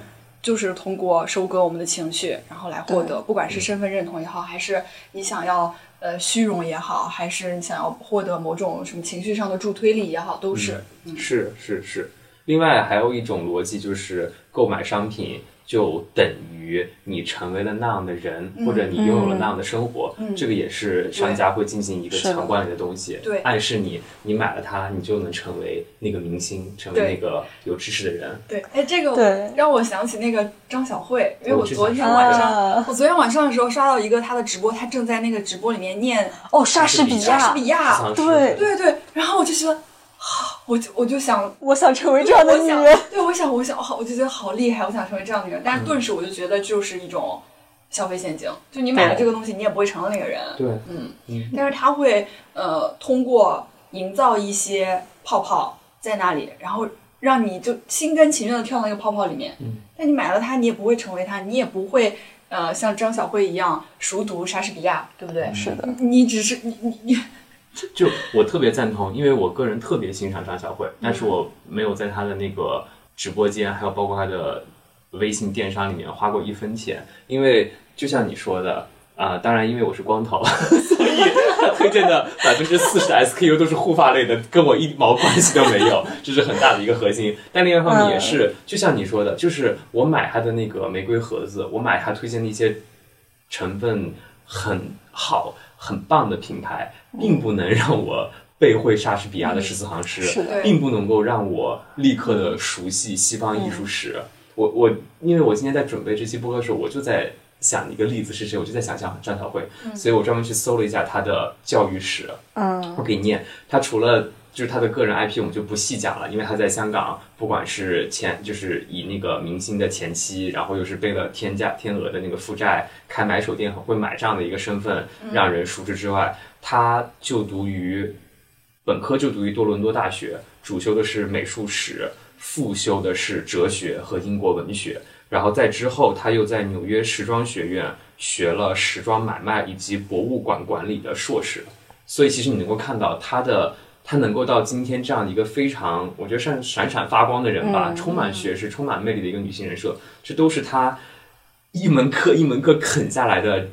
就是通过收割我们的情绪，然后来获得，不管是身份认同也好，还是你想要呃虚荣也好，还是你想要获得某种什么情绪上的助推力也好，都是。是是是。另外还有一种逻辑就是购买商品就等于你成为了那样的人，嗯或者你拥有了那样的生活，这个也是商家会进行一个是的强关联的东西，对暗示你你买了它，你就能成为那个明星，成为对那个有知识的人。对，哎，这个对让我想起那个张小慧，因为我我知昨道天晚上，啊我昨天晚上的时候刷到一个她的直播，她正在那个直播里面念哦，莎士比嗯莎士亚，比亚，丧尸对对对，然后我就觉得，啊我就我就想我想成为这样的我女想人。，对，我想，我想，好，我就觉得好厉害，我想成为这样的人。但嗯是顿时我就觉得就是一种消费陷阱，就你买了这个东西，你也不会成了那个人。对，但是他会呃通过营造一些泡泡在那里，然后让你就心甘情愿的跳到那个泡泡里面。嗯，但你买了它，你也不会成为它，你也不会呃像张小慧一样熟读莎士比亚，对不嗯对？是的，你只是你你你就我特别赞同，因为我个人特别欣赏张小慧，但是我没有在她的那个直播间，还有包括她的微信电商里面花过一分钱，因为就像你说的。啊、当然，因为我是光头， [laughs] 所以他推荐的百分之四十 SKU 都是护发类的，跟我一毛关系都没有，这是很大的一个核心。但另外一方面也是，就像你说的，就是我买他的那个玫瑰盒子，我买他推荐的一些成分很好、很棒的品牌，并不能让我背会莎士比亚的十四行诗，是的并不能够让我立刻的熟悉西方艺术史。我我，因为我今天在准备这期播客的时候，我就在想一个例子是谁，我就在想想张小慧，所以我专门去搜了一下她的教育史。嗯，我给你念，他除了就是他的个人 IP，我们就不细讲了，因为他在香港，不管是前就是以那个明星的前妻，然后又是背了天价天鹅的那个负债，开买手店很会买这样的一个身份，让人熟知之外，他就读于本科就读于多伦多大学，主修的是美术史，副修的是哲学和英国文学。然后在之后，他又在纽约时装学院学了时装买卖以及博物馆管理的硕士。所以其实你能够看到他的，他能够到今天这样一个非常，我觉得闪闪闪发光的人嗯吧，充满学识、充满魅力的一个女性人设，这都是他一门课一门课啃下来的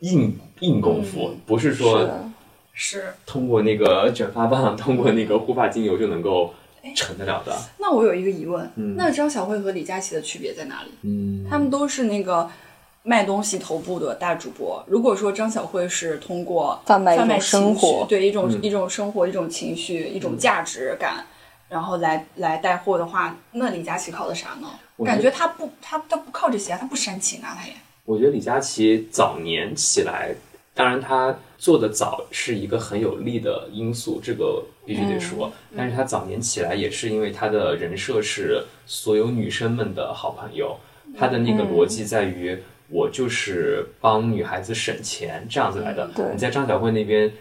硬硬功夫，不是嗯是说的，是。通过那个卷发棒，通过那个护发精油就能够成得了的。那我有一个疑问，那张小慧和李佳琦的区别在哪里？嗯，他们都是那个卖东西头部的大主播。如果说张小慧是通过贩卖一种情生绪活对一种、嗯一种生活、一种情绪、一种价值感，然后来来带货的话，那李佳琦靠的啥呢？我感觉觉他不，他他不靠这些啊，他不煽情啊，他也我觉得李佳琦早年起来，当然，他做的早是一个很有利的因素，这个必须得说。但是他早年起来也是因为他的人设是所有女生们的好朋友，他的那个逻辑在于我就是帮女孩子省钱这样子来的。对你在张小慧那边。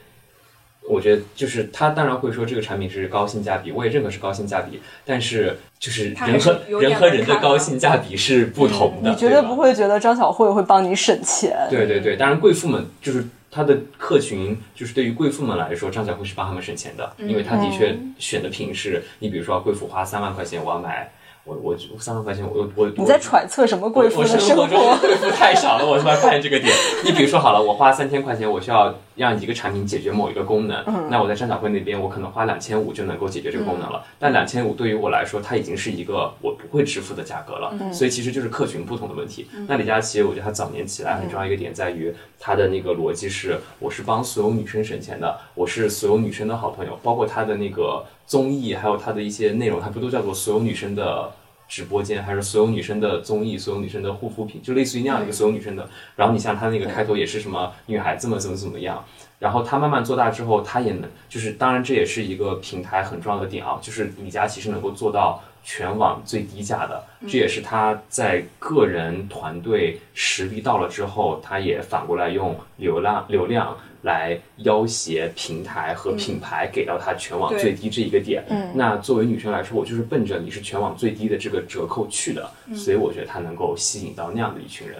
我觉得就是他当然会说这个产品是高性价比，我也认可是高性价比，但是就是它人还是和有人点和门人的槛高的性价比是不同的，你绝对对吧不会觉得张小慧会帮你省钱。对对对，当然贵妇们就是她的客群，就是对于贵妇们来说，张小慧是帮她们省钱的，嗯因为她的确选的品是，你比如说贵妇花三万块钱，我要买，我我三万块钱，我我你在传。揣测什么贵妇我的生生活中贵妇太少了，我突然发现这个点。你比如说好了，我花三千块钱，我需要让一个产品解决某一个功能，嗯那我在张小慧那边，我可能花两千五就能够解决这个功能了。但两千五对于我来说，它已经是一个我不会支付的价格了。嗯所以其实就是客群不同的问题。那李佳琦，我觉得他早年起来很重要一个点在于他的那个逻辑是，我是帮所有女生省钱的，我是所有女生的好朋友，包括他的那个综艺，还有他的一些内容，他不都叫做所有女生的。直播间，还是所有女生的综艺，所有女生的护肤品，就类似于那样的一个所有女生的。然后你像她那个开头也是什么女孩子们怎么怎么样，然后她慢慢做大之后，她也能就是，当然这也是一个平台很重要的点啊，就是李佳琦是能够做到全网最低价的，这也是她在个人团队实力到了之后，她也反过来用流量流量。来要挟平台和品牌给到她全网对最低这一个点，那作为女生来说，我就是奔着你是全网最低的这个折扣去的，所以我觉得它能够吸引到那样的一群人，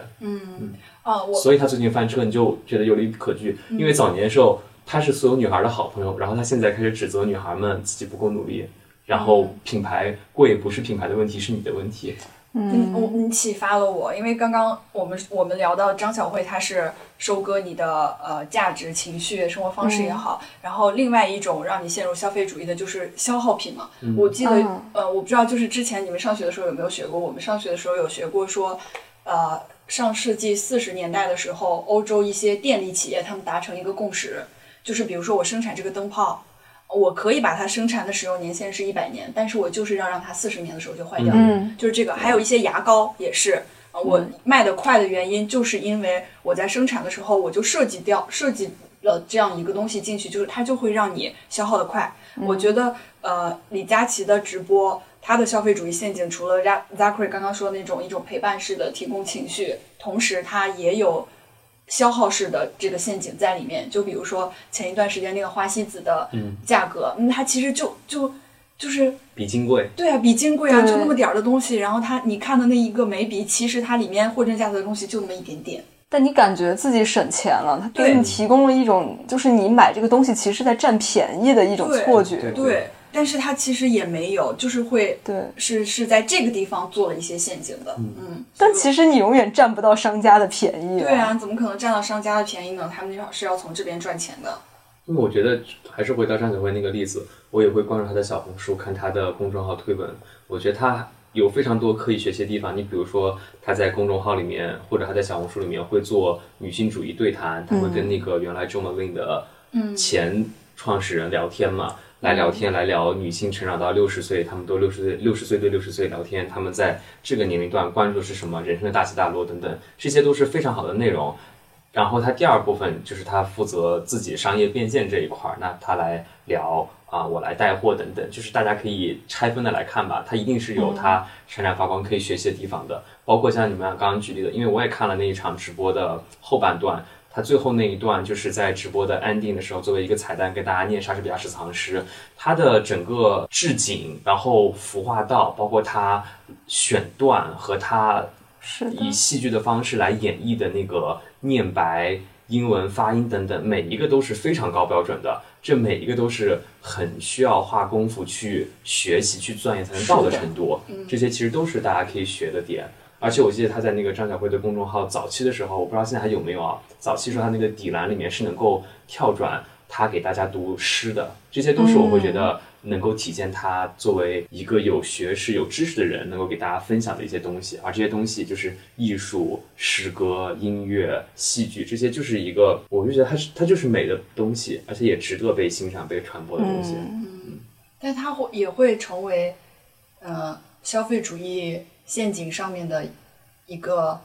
啊，我所以它最近翻车，你就觉得有理可据，因为早年的时候她是所有女孩的好朋友，然后她现在开始指责女孩们自己不够努力，然后品牌贵不是品牌的问题，是你的问题，嗯，我你启发了我，因为刚刚我们我们聊到张小慧，她是收割你的呃价值、情绪、生活方式也好，然后另外一种让你陷入消费主义的就是消耗品嘛。我记得、嗯呃，我不知道就是之前你们上学的时候有没有学过，我们上学的时候有学过说，呃，上世纪四十年代的时候，欧洲一些电力企业他们达成一个共识，就是比如说我生产这个灯泡。我可以把它生产的使用年限是一百年，但是我就是要让它四十年的时候就坏掉。嗯就是这个，还有一些牙膏也是。呃我卖得快的原因，就是因为我在生产的时候我就设计掉设计了这样一个东西进去，就是它就会让你消耗得快。我觉得呃，李佳琦的直播，他的消费主义陷阱，除了 Za- Zachary 刚刚说的那种一种陪伴式的提供情绪，同时他也有消耗式的这个陷阱在里面。就比如说前一段时间那个花西子的价格，嗯，它其实就就就是比金贵。对啊，比金贵啊，对就那么点儿的东西，然后它你看的那一个眉笔，其实它里面货真价实的东西就那么一点点。但你感觉自己省钱了，它给对你提供了一种，就是你买这个东西其实在占便宜的一种对错觉。对对，但是它其实也没有，就是会对是是在这个地方做了一些陷阱的。嗯，但其实你永远占不到商家的便宜。对，啊，怎么可能占到商家的便宜呢？他们要是要从这边赚钱的。因为我觉得还是回到张小慧那个例子，我也会关注她的小红书，看她的公众号推文。我觉得她有非常多可以学习的地方。你比如说，她在公众号里面，或者她在小红书里面会做女性主义对谈，她会跟那个原来 Jo Malone 的前创始人聊天嘛，来聊天，来聊女性成长到六十岁，她们都六十岁，六十岁对六十岁聊天，她们在这个年龄段关注的是什么，人生的大起大落等等，这些都是非常好的内容。然后他第二部分就是他负责自己商业变现这一块儿，那他来聊啊，我来带货等等，就是大家可以拆分的来看吧，他一定是有他闪闪发光可以学习的地方的，包括像你们刚刚举例的，因为我也看了那一场直播的后半段。他最后那一段就是在直播的 ending 的时候，作为一个彩蛋跟大家念莎士比亚十藏诗，它的整个置景，然后服化道，包括它选段和它是的以戏剧的方式来演绎的那个念白、英文发音等等，每一个都是非常高标准的，这每一个都是很需要花功夫去学习、去钻研才能到的是的嗯程度。这些其实都是大家可以学的点。而且我记得他在那个张小慧的公众号早期的时候，我不知道现在还有没有啊。早期时候他那个底栏里面是能够跳转他给大家读诗的，这些都是我会觉得能够体现他作为一个有学识、有知识的人，能够给大家分享的一些东西。而这些东西就是艺术、诗歌、音乐、戏剧，这些就是一个，我就觉得它是它就是美的东西，而且也值得被欣赏、被传播的东西。但它会也会成为，呃，消费主义陷阱上面的一个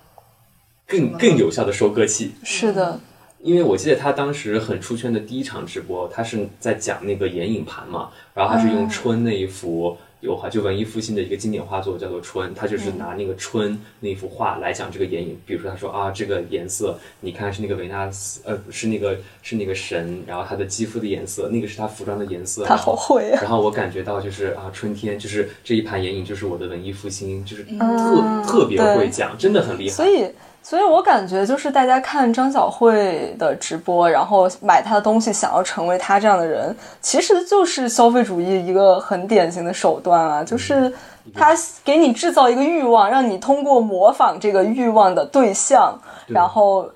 更更有效的收割器。是的，因为我记得他当时很出圈的第一场直播，他是在讲那个眼影盘嘛，然后他是嗯用春那一幅有画，就文艺复兴的一个经典画作叫做《春》，他就是嗯拿那个春那幅画来讲这个眼影，比如说他说啊，这个颜色你看是那个维纳斯，呃，是那个是那个神，然后他的肌肤的颜色，那个是他服装的颜色，他好会啊！然后我感觉到就是啊，春天就是这一盘眼影就是我的文艺复兴，就是特、嗯特别对会讲，真的很厉害。所以，所以我感觉就是大家看张小慧的直播，然后买她的东西，想要成为她这样的人，其实就是消费主义一个很典型的手段啊，就是嗯他给你制造一个欲望，让你通过模仿这个欲望的对象，对然后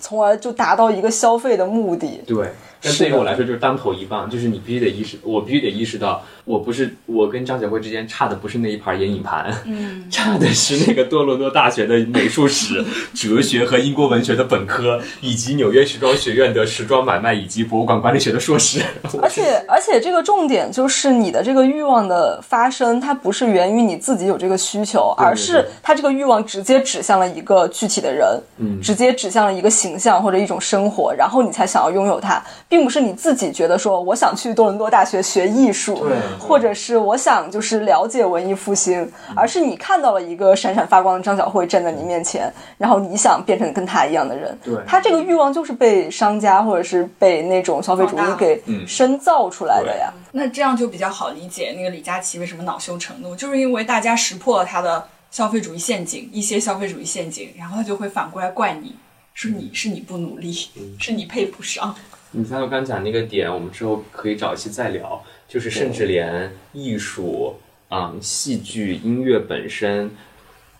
从而就达到一个消费的目的。对，但是对于的我来说就是当头一棒，就是你必须得意识，我必须得意识到，我不是我跟张小慧之间差的不是那一盘眼影盘，嗯，差的是那个多伦多大学的美术史、 [laughs] 哲学和英国文学的本科，以及纽约时装学院的时装买卖以及博物馆管理学的硕士。 [laughs] 而且，而且这个重点就是你的这个欲望的发生，它不是源于你自己有这个需求，对而是它这个欲望直接指向了一个具体的人，嗯直接指向了一个形象或者一种生活，然后你才想要拥有它，并不是你自己觉得说我想去多伦多大学学艺术对，或者是我想就是了解文艺复兴，嗯而是你看到了一个闪闪发光的张小慧站在你面前，然后你想变成跟她一样的人，对他这个欲望就是被商家或者是被那种消费主义放大给深造出来的呀。那这样就比较好理解那个李佳琦为什么恼羞成怒，就是因为大家识破了他的消费主义陷阱，一些消费主义陷阱，然后他就会反过来怪你，是你是你不努力， [laughs] 是你配不上。你像我刚讲那个点，我们之后可以找一期再聊，就是甚至连艺术、嗯，戏剧、音乐本身，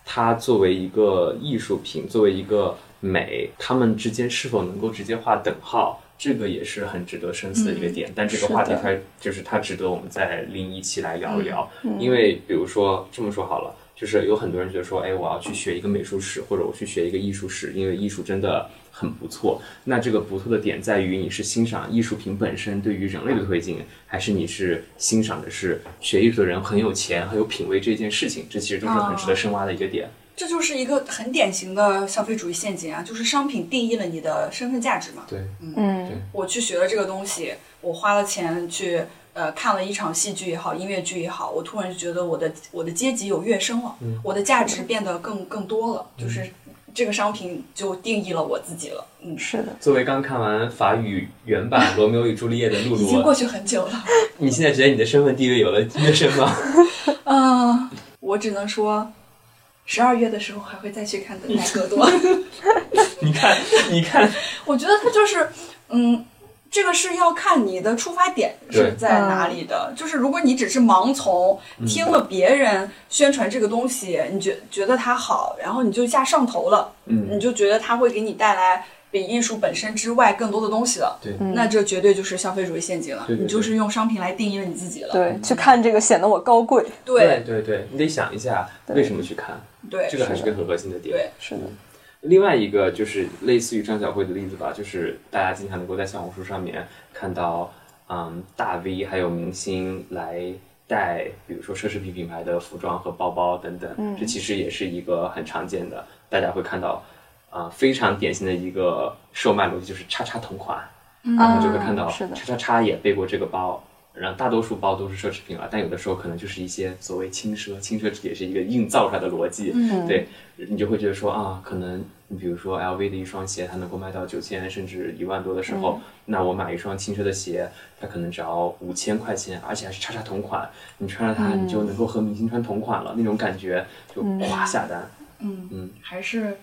它作为一个艺术品，作为一个美，它们之间是否能够直接画等号，这个也是很值得深思的一个点。但这个话题嗯是的嗯它就是它值得我们再另一期来聊一聊，因为比如说这么说好了。就是有很多人觉得说，哎，我要去学一个美术史，或者我去学一个艺术史，因为艺术真的很不错。那这个不错的点在于，你是欣赏艺术品本身对于人类的推进，还是你是欣赏的是学艺术的人很有钱、很有品味这件事情？这其实都是很值哦得深挖的一个点。这就是一个很典型的消费主义陷阱啊，就是商品定义了你的身份价值嘛。对，嗯，我去学了这个东西，我花了钱去呃看了一场戏剧也好，音乐剧也好，我突然就觉得我的我的阶级有跃升了，我的价值变得更更多了，就是这个商品就定义了我自己了。嗯，是的，作为刚看完法语 [laughs] 原版《罗密欧与朱丽叶》的露已经过露，去很久了。 [laughs] 你现在觉得你的身份地位有了跃升吗？ [laughs] 嗯、我只能说，十二月的时候还会再去看的奈格多。你看，你看，我觉得它就是，嗯，这个是要看你的出发点是对嗯在哪里嗯的。就是如果你只是盲从听了别人宣传这个东西，你觉觉得它好，然后你就一下上头了，嗯你就觉得它会给你带来比艺术本身之外更多的东西了。对嗯那这绝对就是消费主义陷阱了。对对对你就是用商品来定义了你自己了。对，去看这个显得我高贵。对对对，你得想一下为什么去看，对这个还是个很核心的点。对是的，另外一个就是类似于张小慧的例子吧，就是大家经常能够在小红书上面看到，嗯，大 V 还有明星来带，比如说奢侈品品牌的服装和包包等等，这其实也是一个很常见的，大家会看到，啊、非常典型的一个售卖逻辑就是叉叉同款，然后就会看到是的叉叉叉也背过这个包。然后大多数包都是奢侈品了，但有的时候可能就是一些所谓轻奢，轻奢也是一个硬造出来的逻辑。嗯对你就会觉得说啊，可能你比如说 LV 的一双鞋，它能够卖到九千甚至一万多的时嗯候，那我买一双轻奢的鞋，它可能只要五千块钱，而且还是叉叉同款，你穿上它，你嗯就能够和明星穿同款了，那种感觉就哗下单。嗯嗯还是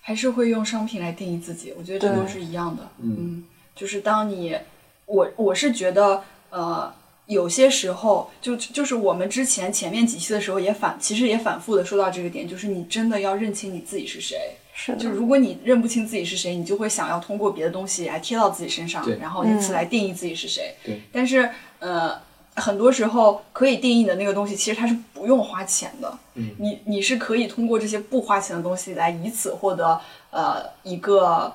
还是会用商品来定义自己，我觉得这对都是一样的。嗯，就是当你我我是觉得呃，有些时候就就是我们之前前面几期的时候也反，其实也反复的说到这个点，就是你真的要认清你自己是谁。是就的，如果你认不清自己是谁，你就会想要通过别的东西来贴到自己身上对，然后以此来定义自己是谁。对但是呃，很多时候可以定义的那个东西，其实它是不用花钱的。嗯，你你是可以通过这些不花钱的东西来以此获得呃一个。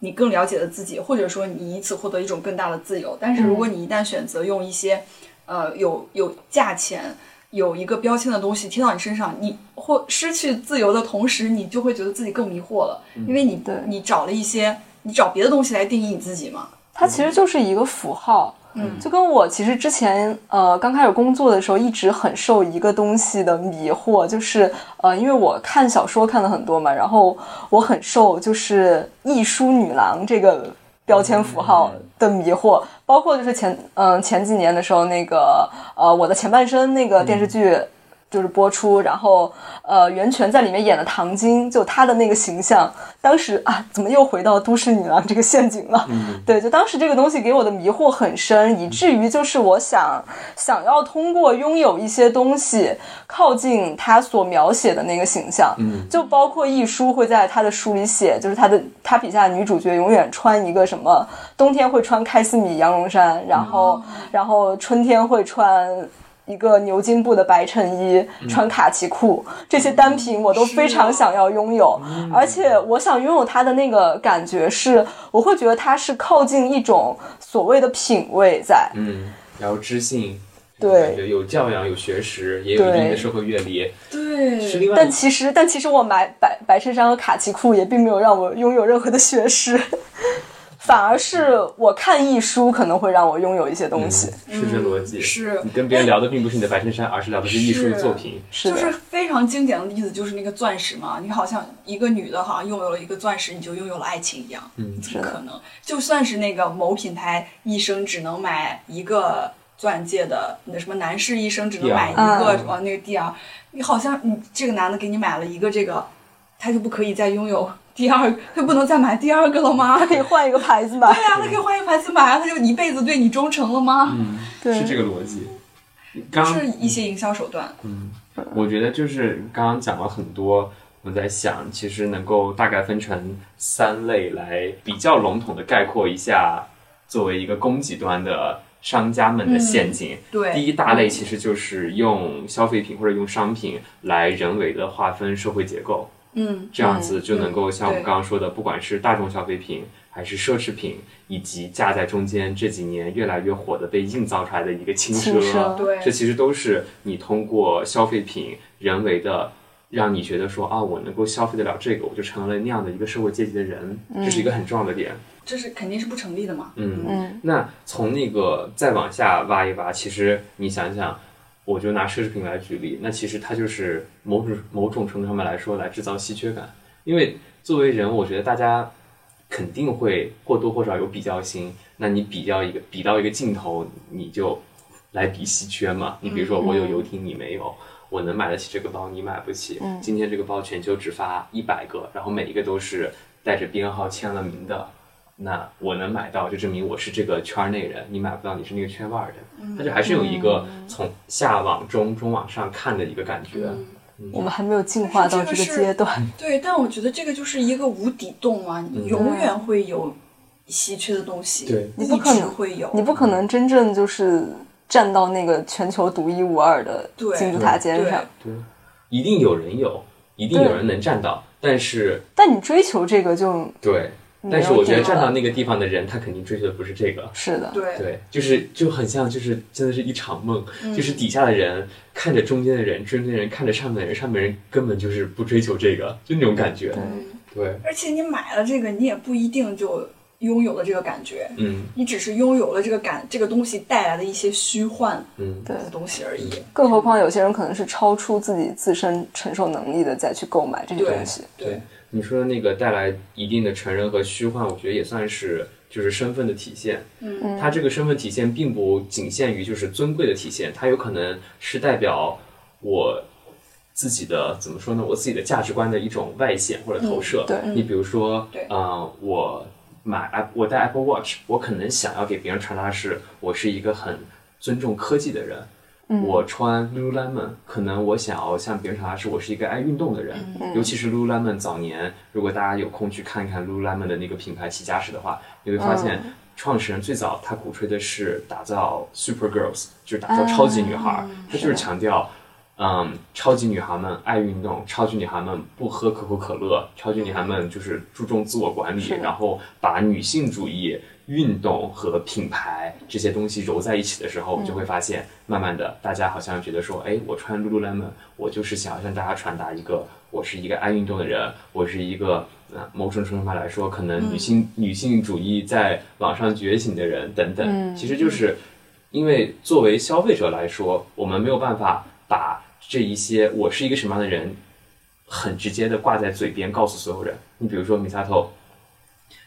你更了解了自己，或者说你以此获得一种更大的自由。但是如果你一旦选择用一些，呃，有有价钱、有一个标签的东西贴到你身上，你或失去自由的同时，你就会觉得自己更迷惑了，因为你对你找了一些你找别的东西来定义你自己嘛。它其实就是一个符号。嗯，就跟我其实之前呃刚开始工作的时候，一直很受一个东西的迷惑，就是呃因为我看小说看的很多嘛，然后我很受就是艺书女郎这个标签符号的迷惑，包括就是前嗯、前几年的时候那个呃我的前半生那个电视剧。就是播出，然后呃，袁泉在里面演的唐晶，就她的那个形象，当时啊，怎么又回到都市女郎这个陷阱了？对，就当时这个东西给我的迷惑很深，以至于就是我想想要通过拥有一些东西靠近他所描写的那个形象，嗯就包括一书会在他的书里写，就是他的他笔下的女主角永远穿一个什么，冬天会穿开司米羊绒衫，然后、然后春天会穿。一个牛津布的白衬衣，穿卡其裤，这些单品我都非常想要拥有，而且我想拥有它的那个感觉是，我会觉得它是靠近一种所谓的品味在，嗯，然后知性，对感觉有教养、有学识，也有一定的对社会阅历，是对，另外一但个其实，但其实我买白白衬衫和卡其裤也并没有让我拥有任何的学识， [laughs] 反而是我看一书可能会让我拥有一些东西。嗯是这逻辑。是你跟别人聊的并不是你的白衬衫，而是聊的是艺术作品。哎是就的，是非常经典的例子，就是那个钻石嘛。你好像一个女的，好像拥有了一个钻石，你就拥有了爱情一样。嗯怎么可能？就算是那个某品牌一生只能买一个钻戒的，那什么男士一生只能买一 DR 个什么那个 DR，你好像你这个男的给你买了一个这个，他就不可以再拥有第二，他不能再买第二个了吗？嗯可以换一个牌子买对。呀、他可以换一个牌子买啊，他就一辈子对你忠诚了吗？嗯，对是这个逻辑。就刚是一些营销手段。嗯我觉得就是刚刚讲了很多，我在想，其实能够大概分成三类来比较笼统的概括一下，作为一个供给端的商家们的陷阱。对第一大类其实就是用消费品或者用商品来人为的划分社会结构，嗯这样子就能够像我们对刚刚说的，不管是大众消费品还是奢侈品，以及夹在中间这几年越来越火的被硬造出来的一个轻轻奢对这其实都是你通过消费品人为的。让你觉得说啊，我能够消费得了这个，我就成了那样的一个社会阶级的人，这是一个很重要的点。这是肯定是不成立的嘛。嗯，嗯那从那个再往下挖一挖，其实你想想，我就拿奢侈品来举例，那其实它就是某种某种程度上面来说来制造稀缺感，因为作为人，我觉得大家肯定会或多或少有比较心，那你比较一个比到一个尽头，你就来比稀缺嘛。你比如说我有游艇，你没有。我能买得起这个包，你买不起。今天这个包全球只发一百个，然后每一个都是带着编号签了名的，那我能买到，就证明我是这个圈儿内人；你买不到，你是那个圈外人。它就还是有一个从下往中、中往上看的一个感觉。我们还没有进化到这个阶段，对，但我觉得这个就是一个无底洞啊，你永远会有稀缺的东西，对一你不可直能会有，你不可能真正就是站到那个全球独一无二的对金字塔尖上对。一定有人有，一定有人能站到，但是但你追求这个就对，没有但是我觉得这站样到那个地方的人，他肯定追求的不是这个。是的，对对，就是就很像，就是真的是一场梦，就是底下的人看着中间的人，中间的人看着上面的人，上面的人根本就是不追求这个，就那种感觉。对，而且你买了这个，你也不一定就拥有了这个感觉，嗯你只是拥有了这个感，这个东西带来的一些虚幻嗯，对的东西而已。更何况有些人可能是超出自己自身承受能力的再去购买这些东西。对，你说的那个带来一定的成人和虚幻，我觉得也算是就是身份的体现。嗯它这个身份体现并不仅限于就是尊贵的体现，它有可能是代表我自己的怎么说呢？我自己的价值观的一种外显或者投射。对你比如说对，呃，我买 App- 我戴 Apple Watch，我可能想要给别人传达是我是一个很尊重科技的人。我穿 Lululemon，可能我想要向别人传啊达是我是一个爱运动的人，尤其是 Lululemon 早年，如果大家有空去看一看 Lululemon 的那个品牌起家史的话，你会发现创始人最早他鼓吹的是打造 Super Girls，就是打造超级女孩儿，他就是强调嗯，超级女孩们爱运动，超级女孩们不喝可口可乐，超级女孩们就是注重自我管理是，的然后把女性主义、运动和品牌这些东西揉在一起的时候，就会发现，慢慢的，大家好像觉得说，哎，我穿 Lululemon，我就是想要向大家传达一个，我是一个爱运动的人，我是一个。呃某种程度上来说，可能女性、女性主义在网上觉醒的人等等，嗯其实就是因为作为消费者来说，我们没有办法把这一些我是一个什么样的人，很直接的挂在嘴边告诉所有人。你比如说米萨头，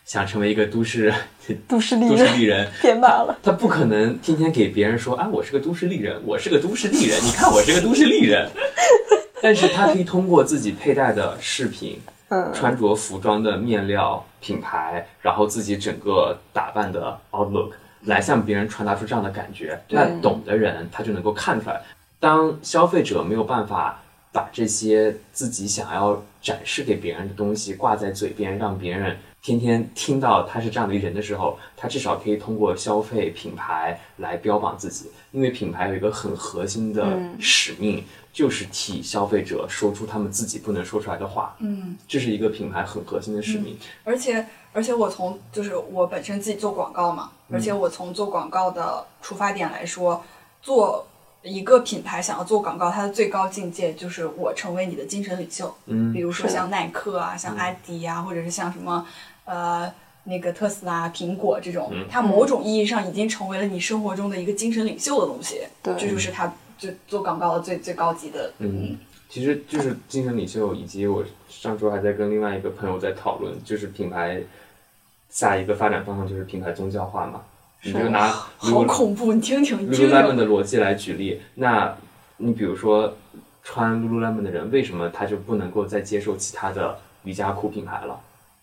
想成为一个都市 [laughs] 都市丽都市人丽人，天马了，他不可能天天给别人说啊，我是个都市丽人，我是个都市丽人，你看我是个都市丽人。 [laughs] 但是他可以通过自己佩戴的饰品、嗯，穿着服装的面料、品牌，然后自己整个打扮的 outlook，来向别人传达出这样的感觉。对那懂的人他就能够看出来，当消费者没有办法把这些自己想要展示给别人的东西挂在嘴边，让别人天天听到他是这样的一个人的时候，他至少可以通过消费品牌来标榜自己，因为品牌有一个很核心的使命，就是替消费者说出他们自己不能说出来的话。嗯，这是一个品牌很核心的使命。而且而且我从就是我本身自己做广告嘛，而且我从做广告的出发点来说，做一个品牌想要做广告，它的最高境界就是我成为你的精神领袖。嗯比如说是的像耐克啊，像阿迪啊，或者是像什么呃那个特斯拉、苹果这种，它某种意义上已经成为了你生活中的一个精神领袖的东西。对这就是它就做广告的最最高级的。嗯，其实就是精神领袖，以及我上周还在跟另外一个朋友在讨论，就是品牌下一个发展方向就是品牌宗教化嘛。你就啊拿好恐怖！你听听，你听 [laughs] Lululemon 听，的逻辑来举例，那你比如说穿 Lululemon 的人，为什么他就不能够再接受其他的瑜伽裤品牌了？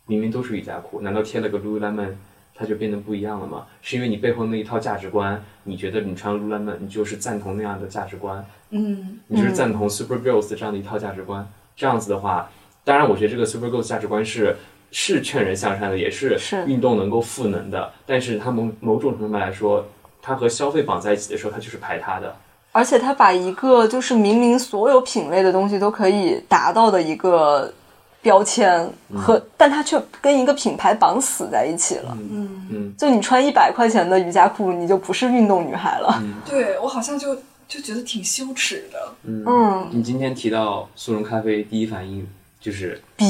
明明都是瑜伽裤，难道贴了个 Lululemon 它就变得不一样了吗？是因为你背后那一套价值观，你觉得你穿 Lululemon 你就是赞同那样的价值观，嗯，你就是赞同 Super Girls 这样的一套价值观。这样子的话，当然，我觉得这个 Super Girls 价值观是是劝人向善的，也是是运动能够赋能的。但是它某某种程度来说，它和消费绑在一起的时候，它就是排他的。而且它把一个就是明明所有品类的东西都可以达到的一个标签和，但它却跟一个品牌绑死在一起了。嗯嗯，就你穿一百块钱的瑜伽裤，你就不是运动女孩了。嗯对我好像就就觉得挺羞耻的，嗯，你今天提到速溶咖啡，第一反应就是比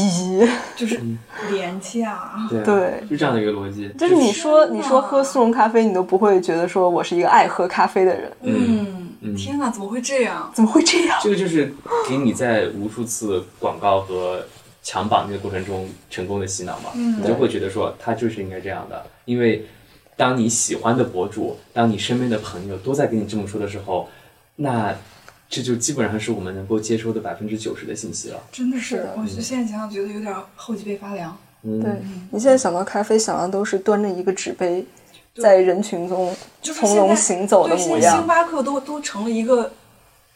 就是廉价。对啊对就这样的一个逻辑，就是你说天哪你说喝速溶咖啡，你都不会觉得说我是一个爱喝咖啡的人，嗯，天哪，怎么会这样？怎么会这样？这个就是给你在无数次广告和强绑定的过程中成功的洗脑嘛，你就会觉得说他就是应该这样的，因为当你喜欢的博主，当你身边的朋友都在跟你这么说的时候，那这就基本上是我们能够接收的百分之九十的信息了。真的嗯是是，我就现在想想觉得有点后脊背发凉。嗯，对你现在想到咖啡，想到都是端着一个纸杯，在人群中就是从容行走的对，模现在星样。巴克都都成了一个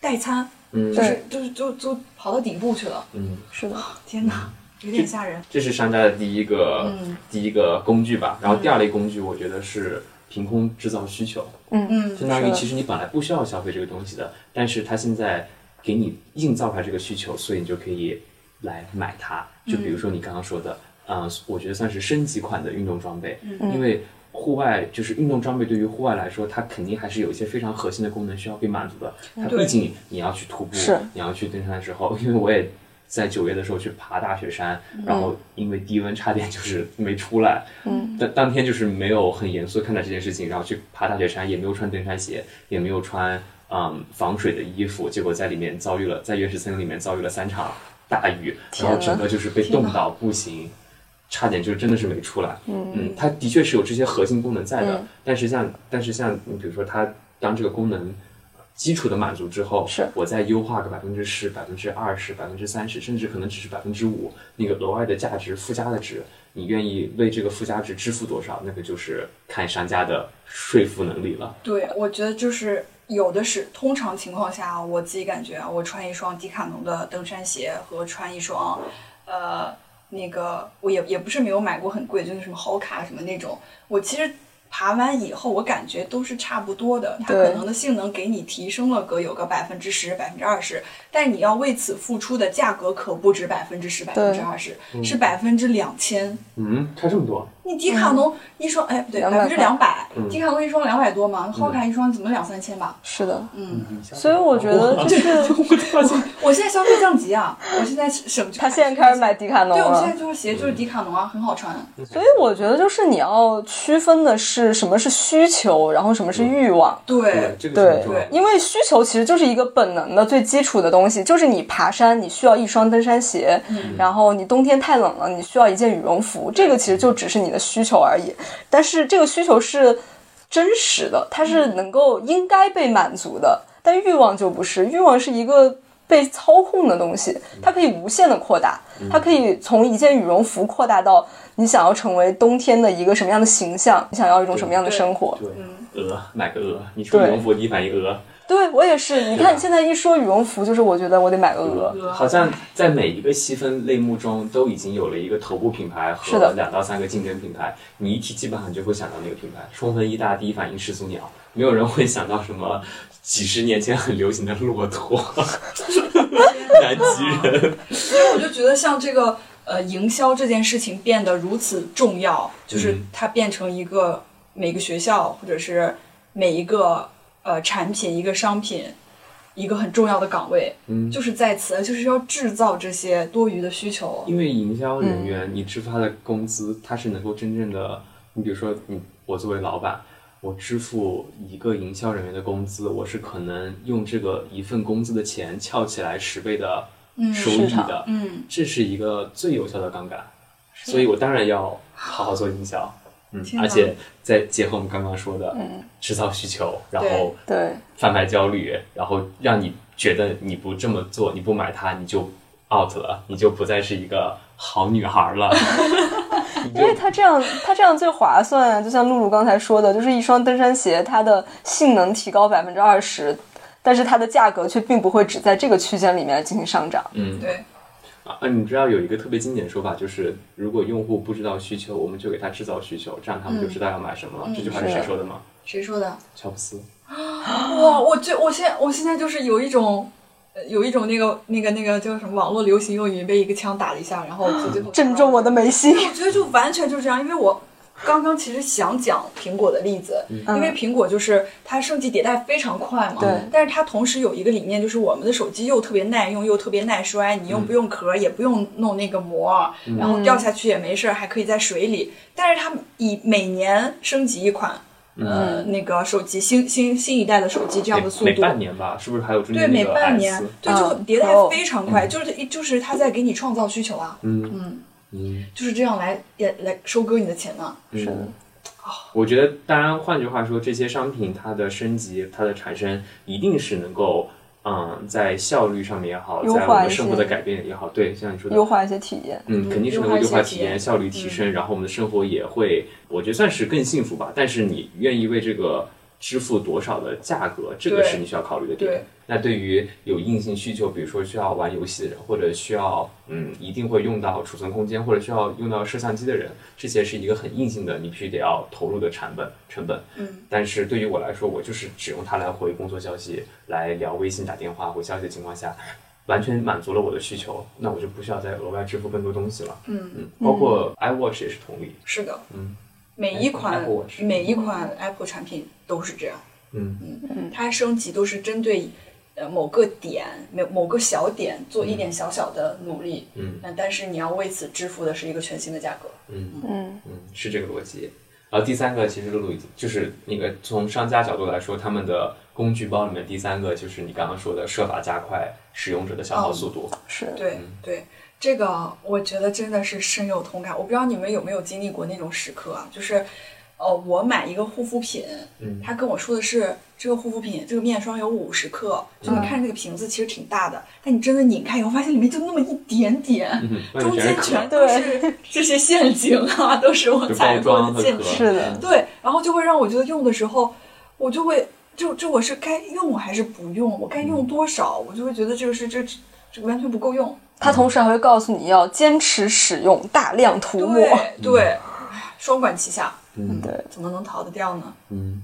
代餐，嗯就对是就是就就跑到底部去了。嗯，是的，天哪，有点吓人。这是商家的第一个、嗯第一个工具吧。然后第二类工具，我觉得是凭空制造需求。嗯，嗯，相当于是的其实你本来不需要消费这个东西的，但是它现在给你硬造出来这个需求，所以你就可以来买它。就比如说你刚刚说的，嗯、我觉得算是升级款的运动装备，因为户外就是运动装备对于户外来说，它肯定还是有一些非常核心的功能需要被满足的。它对毕竟你要去徒步是，你要去登山的时候，因为我也。在九月的时候去爬大雪山，然后因为低温差点就是没出来，当当天就是没有很严肃地看待这件事情，然后去爬大雪山，也没有穿登山鞋，也没有穿嗯防水的衣服，结果在里面遭遇了在原始森林里面遭遇了三场大雨，然哪后整个就是被冻到不行，差点就真的是没出来。嗯它的确是有这些核心功能在的，嗯但是像但是像你比如说它当这个功能。呃基础的满足之后，是我再优化个百分之十、百分之二十、百分之三十，甚至可能只是百分之五，那个额外的价值附加的值，你愿意为这个附加值支付多少，那个就是看商家的说服能力了。对，我觉得就是有的是，通常情况下啊，我自己感觉啊，我穿一双迪卡侬的登山鞋和穿一双，呃，那个我也也不是没有买过很贵，就是什么好卡什么那种，我其实爬完以后，我感觉都是差不多的，它对可能的性能给你提升了个有个百分之十、百分之二十，但你要为此付出的价格可不止百分之十、百分之二十，是百分之两千。嗯，差这么多，你迪嗯卡侬一双，哎不对， 200百分之两百嗯，迪卡侬一双两百多嗯嘛，花卡一双怎么两三千吧？是的，嗯，所以我觉得就是我发现我现在消费降级啊，我现在省去 [laughs] 他现在开始买迪卡侬对，我了嗯现在。就是鞋就是迪卡侬啊，很好穿。所以我觉得就是你要区分的是什么是需求，然后什么是欲望。对，这个是对很重要的。因为需求其实就是一个本能的最基础的东西，就是你爬山你需要一双登山鞋，嗯然后你冬天太冷了你需要一件羽绒服，这个其实就只是你的需求而已。但是这个需求是真实的，它是能够应该被满足的，嗯但欲望就不是，欲望是一个。被操控的东西，嗯它可以无限的扩大，它可以从一件羽绒服扩大到你想要成为冬天的一个什么样的形象，你想要一种什么样的对生活。对，鹅买个鹅，你说羽绒服，我第一反应鹅，对我也是，你对啊看吧现在一说羽绒服，就是我觉得我得买个鹅。鹅好像在每一个细分类目中都已经有了一个头部品牌是和的两到三个竞争品牌。你一提，基本上就会想到那个品牌。冲锋衣大第一反应始祖 [laughs] 鸟，没有人会想到什么几十年前很流行的骆驼、南极人。所以我就觉得像这个呃营销这件事情变得如此重要，嗯就是它变成一个每个学校或者是每一个呃产品一个商品。一个很重要的岗位，嗯就是在此，就是要制造这些多余的需求。因为营销人嗯员，你支付他的工资，他是能够真正的，你比如说，你我作为老板，我支付一个营销人员的工资，我是可能用这个一份工资的钱撬起来十倍的收益市场的，嗯，这是一个最有效的杠杆，所以我当然要好好做营销。嗯，天哪嗯而且再结合我们刚刚说的，制造需求，然后对贩卖焦虑，然后让你觉得你不这么做，你不买它，你就 out 了，你就不再是一个好女孩 [laughs] 了。你因为就它这样，它这样最划算啊！就像露露刚才说的，就是一双登山鞋，它的性能提高百分之二十，但是它的价格却并不会只在这个区间里面进行上涨。嗯对，啊，你知道有一个特别经典的说法，就是如果用户不知道需求，我们就给他制造需求，这样他们嗯就知道要买什么了。这句话是是谁的说的吗？谁说的？乔布斯。哇，哦我觉我现在我现在就是有一种，呃有一种那个那个那个叫什么网络流行用语，被一个枪打了一下，然后就最后正中我的眉心。我觉得就完全就是这样，因为我刚刚其实想讲苹果的例子，因为苹果就是它升级迭代非常快嘛，嗯对但是它同时有一个理念，就是我们的手机又特别耐用又特别耐摔，你又不用壳，也不用弄那个膜，然嗯后掉下去也没事儿，还可以在水里。但是它以每年升级一款。呃，那个手机新新新一代的手机这样的速嗯每度，每半年吧，是不是还有中对，间每那个半年 S？，对，就嗯迭代 Pro 非常快，就是一就是它在给你创造需求啊，嗯嗯，嗯，就是这样来也来收割你的钱呢。是的我觉得，当然，换句话说，这些商品它的升级、它的产生，一定是能够，嗯，在效率上面也好，优化在我们一生活的些改变也好，对，像你说的，优化一些体验，嗯，肯定是能够优化一优化些体体验验、效率提升，然后我们的生活也会，我觉得算是更幸福吧。但是你愿意为这个支付多少的价格，这个对是你需要考虑的点对。那对于有硬性需求，比如说需要玩游戏的人，或者需要嗯一定会用到储存空间，或者需要用到摄像机的人，这些是一个很硬性的，你必须得要投入的成本成本。嗯，但是对于我来说，我就是只用它来回工作消息、来聊微信、打电话、回消息的情况下，完全满足了我的需求，那我就不需要再额外支付更多东西了。嗯嗯，包括 iWatch 也是同理。是的，嗯，每一款 Apple Watch 每一款 Apple 产品都是这样，嗯，它升级都是针对呃某个点、某某个小点做一点小小的努力，嗯，那但是你要为此支付的是一个全新的价格。嗯，嗯，是这个逻辑。然后第三个，其实露露已经就是那个从商家角度来说，他们的工具包里面第三个就是你刚刚说的设法加快使用者的消耗速度。哦是嗯对对，这个我觉得真的是深有同感。我不知道你们有没有经历过那种时刻啊，就是，呃，我买一个护肤品，嗯他跟我说的是这个护肤品这个面霜有五十克，就嗯你看这个瓶子其实挺大的，但你真的拧开以后发现里面就那么一点点，嗯，外面中间是壳全都是这些陷阱啊，都是我就踩过包装的和陷壳。阱。是的，对，然后就会让我觉得用的时候，我就会就就我是该用还是不用，我该嗯用多少，我就会觉得这个是这这完全不够用。它同时还会告诉你要坚持使用，大量涂抹。对对，哎双管齐下。嗯对，怎么能逃得掉呢？嗯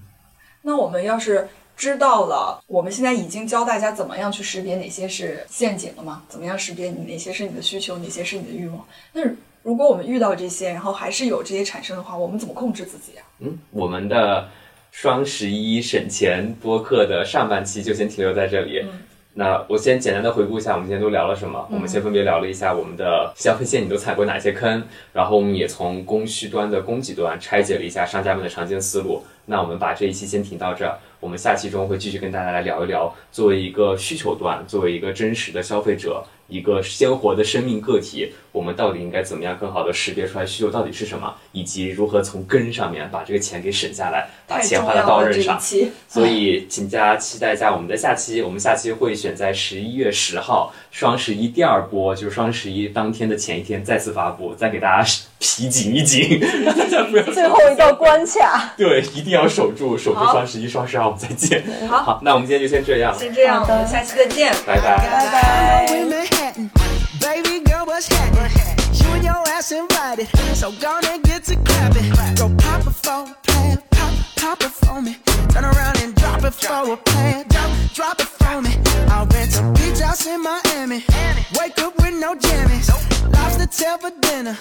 那我们要是知道了，我们现在已经教大家怎么样去识别哪些是陷阱了嘛？怎么样识别你哪些是你的需求，哪些是你的欲望？那如果我们遇到这些，然后还是有这些产生的话，我们怎么控制自己啊？嗯，我们的双十一省钱播客的上半期就先停留在这里。嗯那我先简单的回顾一下，我们今天都聊了什么？我们先分别聊了一下我们的消费陷阱都踩过哪些坑，然后我们也从供需端的供给端拆解了一下商家们的常见思路。那我们把这一期先停到这儿，我们下期中会继续跟大家来聊一聊，作为一个需求端，作为一个真实的消费者，一个鲜活的生命个体，我们到底应该怎么样更好的识别出来需求到底是什么，以及如何从根上面把这个钱给省下来，把太钱重花到要刀了刃这一上。期，所以请大家期待一下我们的下期，我们下期会选在十一月十号双十一第二波，就是双十一当天的前一天再次发布，再给大家 [laughs] 皮紧一紧，大家不要最 [laughs] 后一道关卡。对，一定要守住，守住好双十一、双十二，我们再见。好好，那我们今天就先这样，先这样，我好的们下期再见，拜拜拜拜。 in Manhattan. Baby girl, what's happening? You and your ass invited. So gone and get to clapping. Go pop it for a plan. Pop, pop it for me. Turn around and drop it for a plan. Drop, drop it for me. I'll rent a beach house in Miami. Wake up with no jammies. Lobster tail for dinner.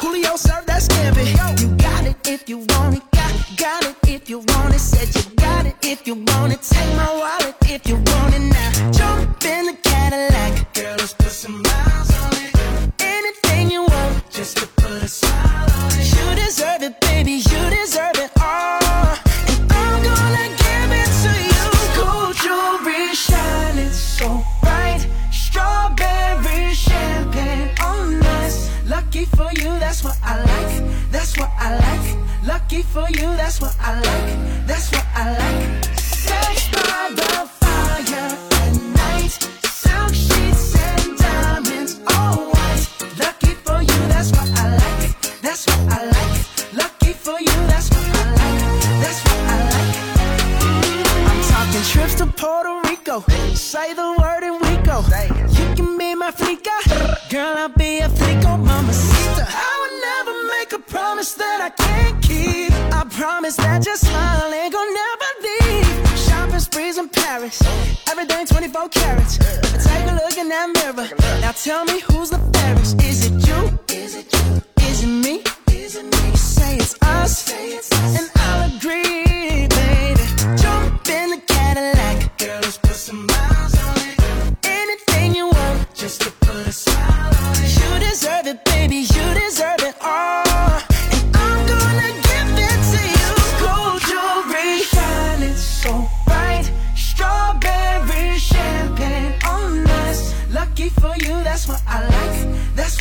Julio served that scampi. You got it if you want it. Got, got it if you want it. Said you got it if you want it. Take my wallet if you want it now. Jump in the Cadillac. Girl, let's put some miles on it. Anything you want, just to put a smile on it. You deserve it, baby. You deserve it all. And I'm gonna give it to you. Gold jewelry shining so bright. Strawberry champagne on us. Lucky for you, that's what I like. That's what I like. Lucky for you, that's what I like. That's what I like. Sex by the fire at night. Silk sheets and diamonds, all white. Lucky for you, that's what I like. That's what I like. Lucky for you, that's what I like. That's what I like. Mm, I'm talking trips to Puerto Rico. Say the word and we go. You can be my flica. Girl, I'll be a flico, mamacita. I would never make a promise that I can't keep. I promise that your smile ain't gonna never leave. Shopping sprees in Paris. Everything 24 carats. Take a look in that mirror. Now tell me who's the fairest. Is it you? Is it you? Is it me? Is it me? Say it's us. And I'll agree, baby. Jump in the Cadillac. Girl, let's put some miles on it. Anything you want, just to put a smile on it. You deserve it, baby. You deserve it all. And I'm gonna give it to you. Gold jewelry, shining so bright. Strawberry champagne on us. Lucky for you, that's what I like. That's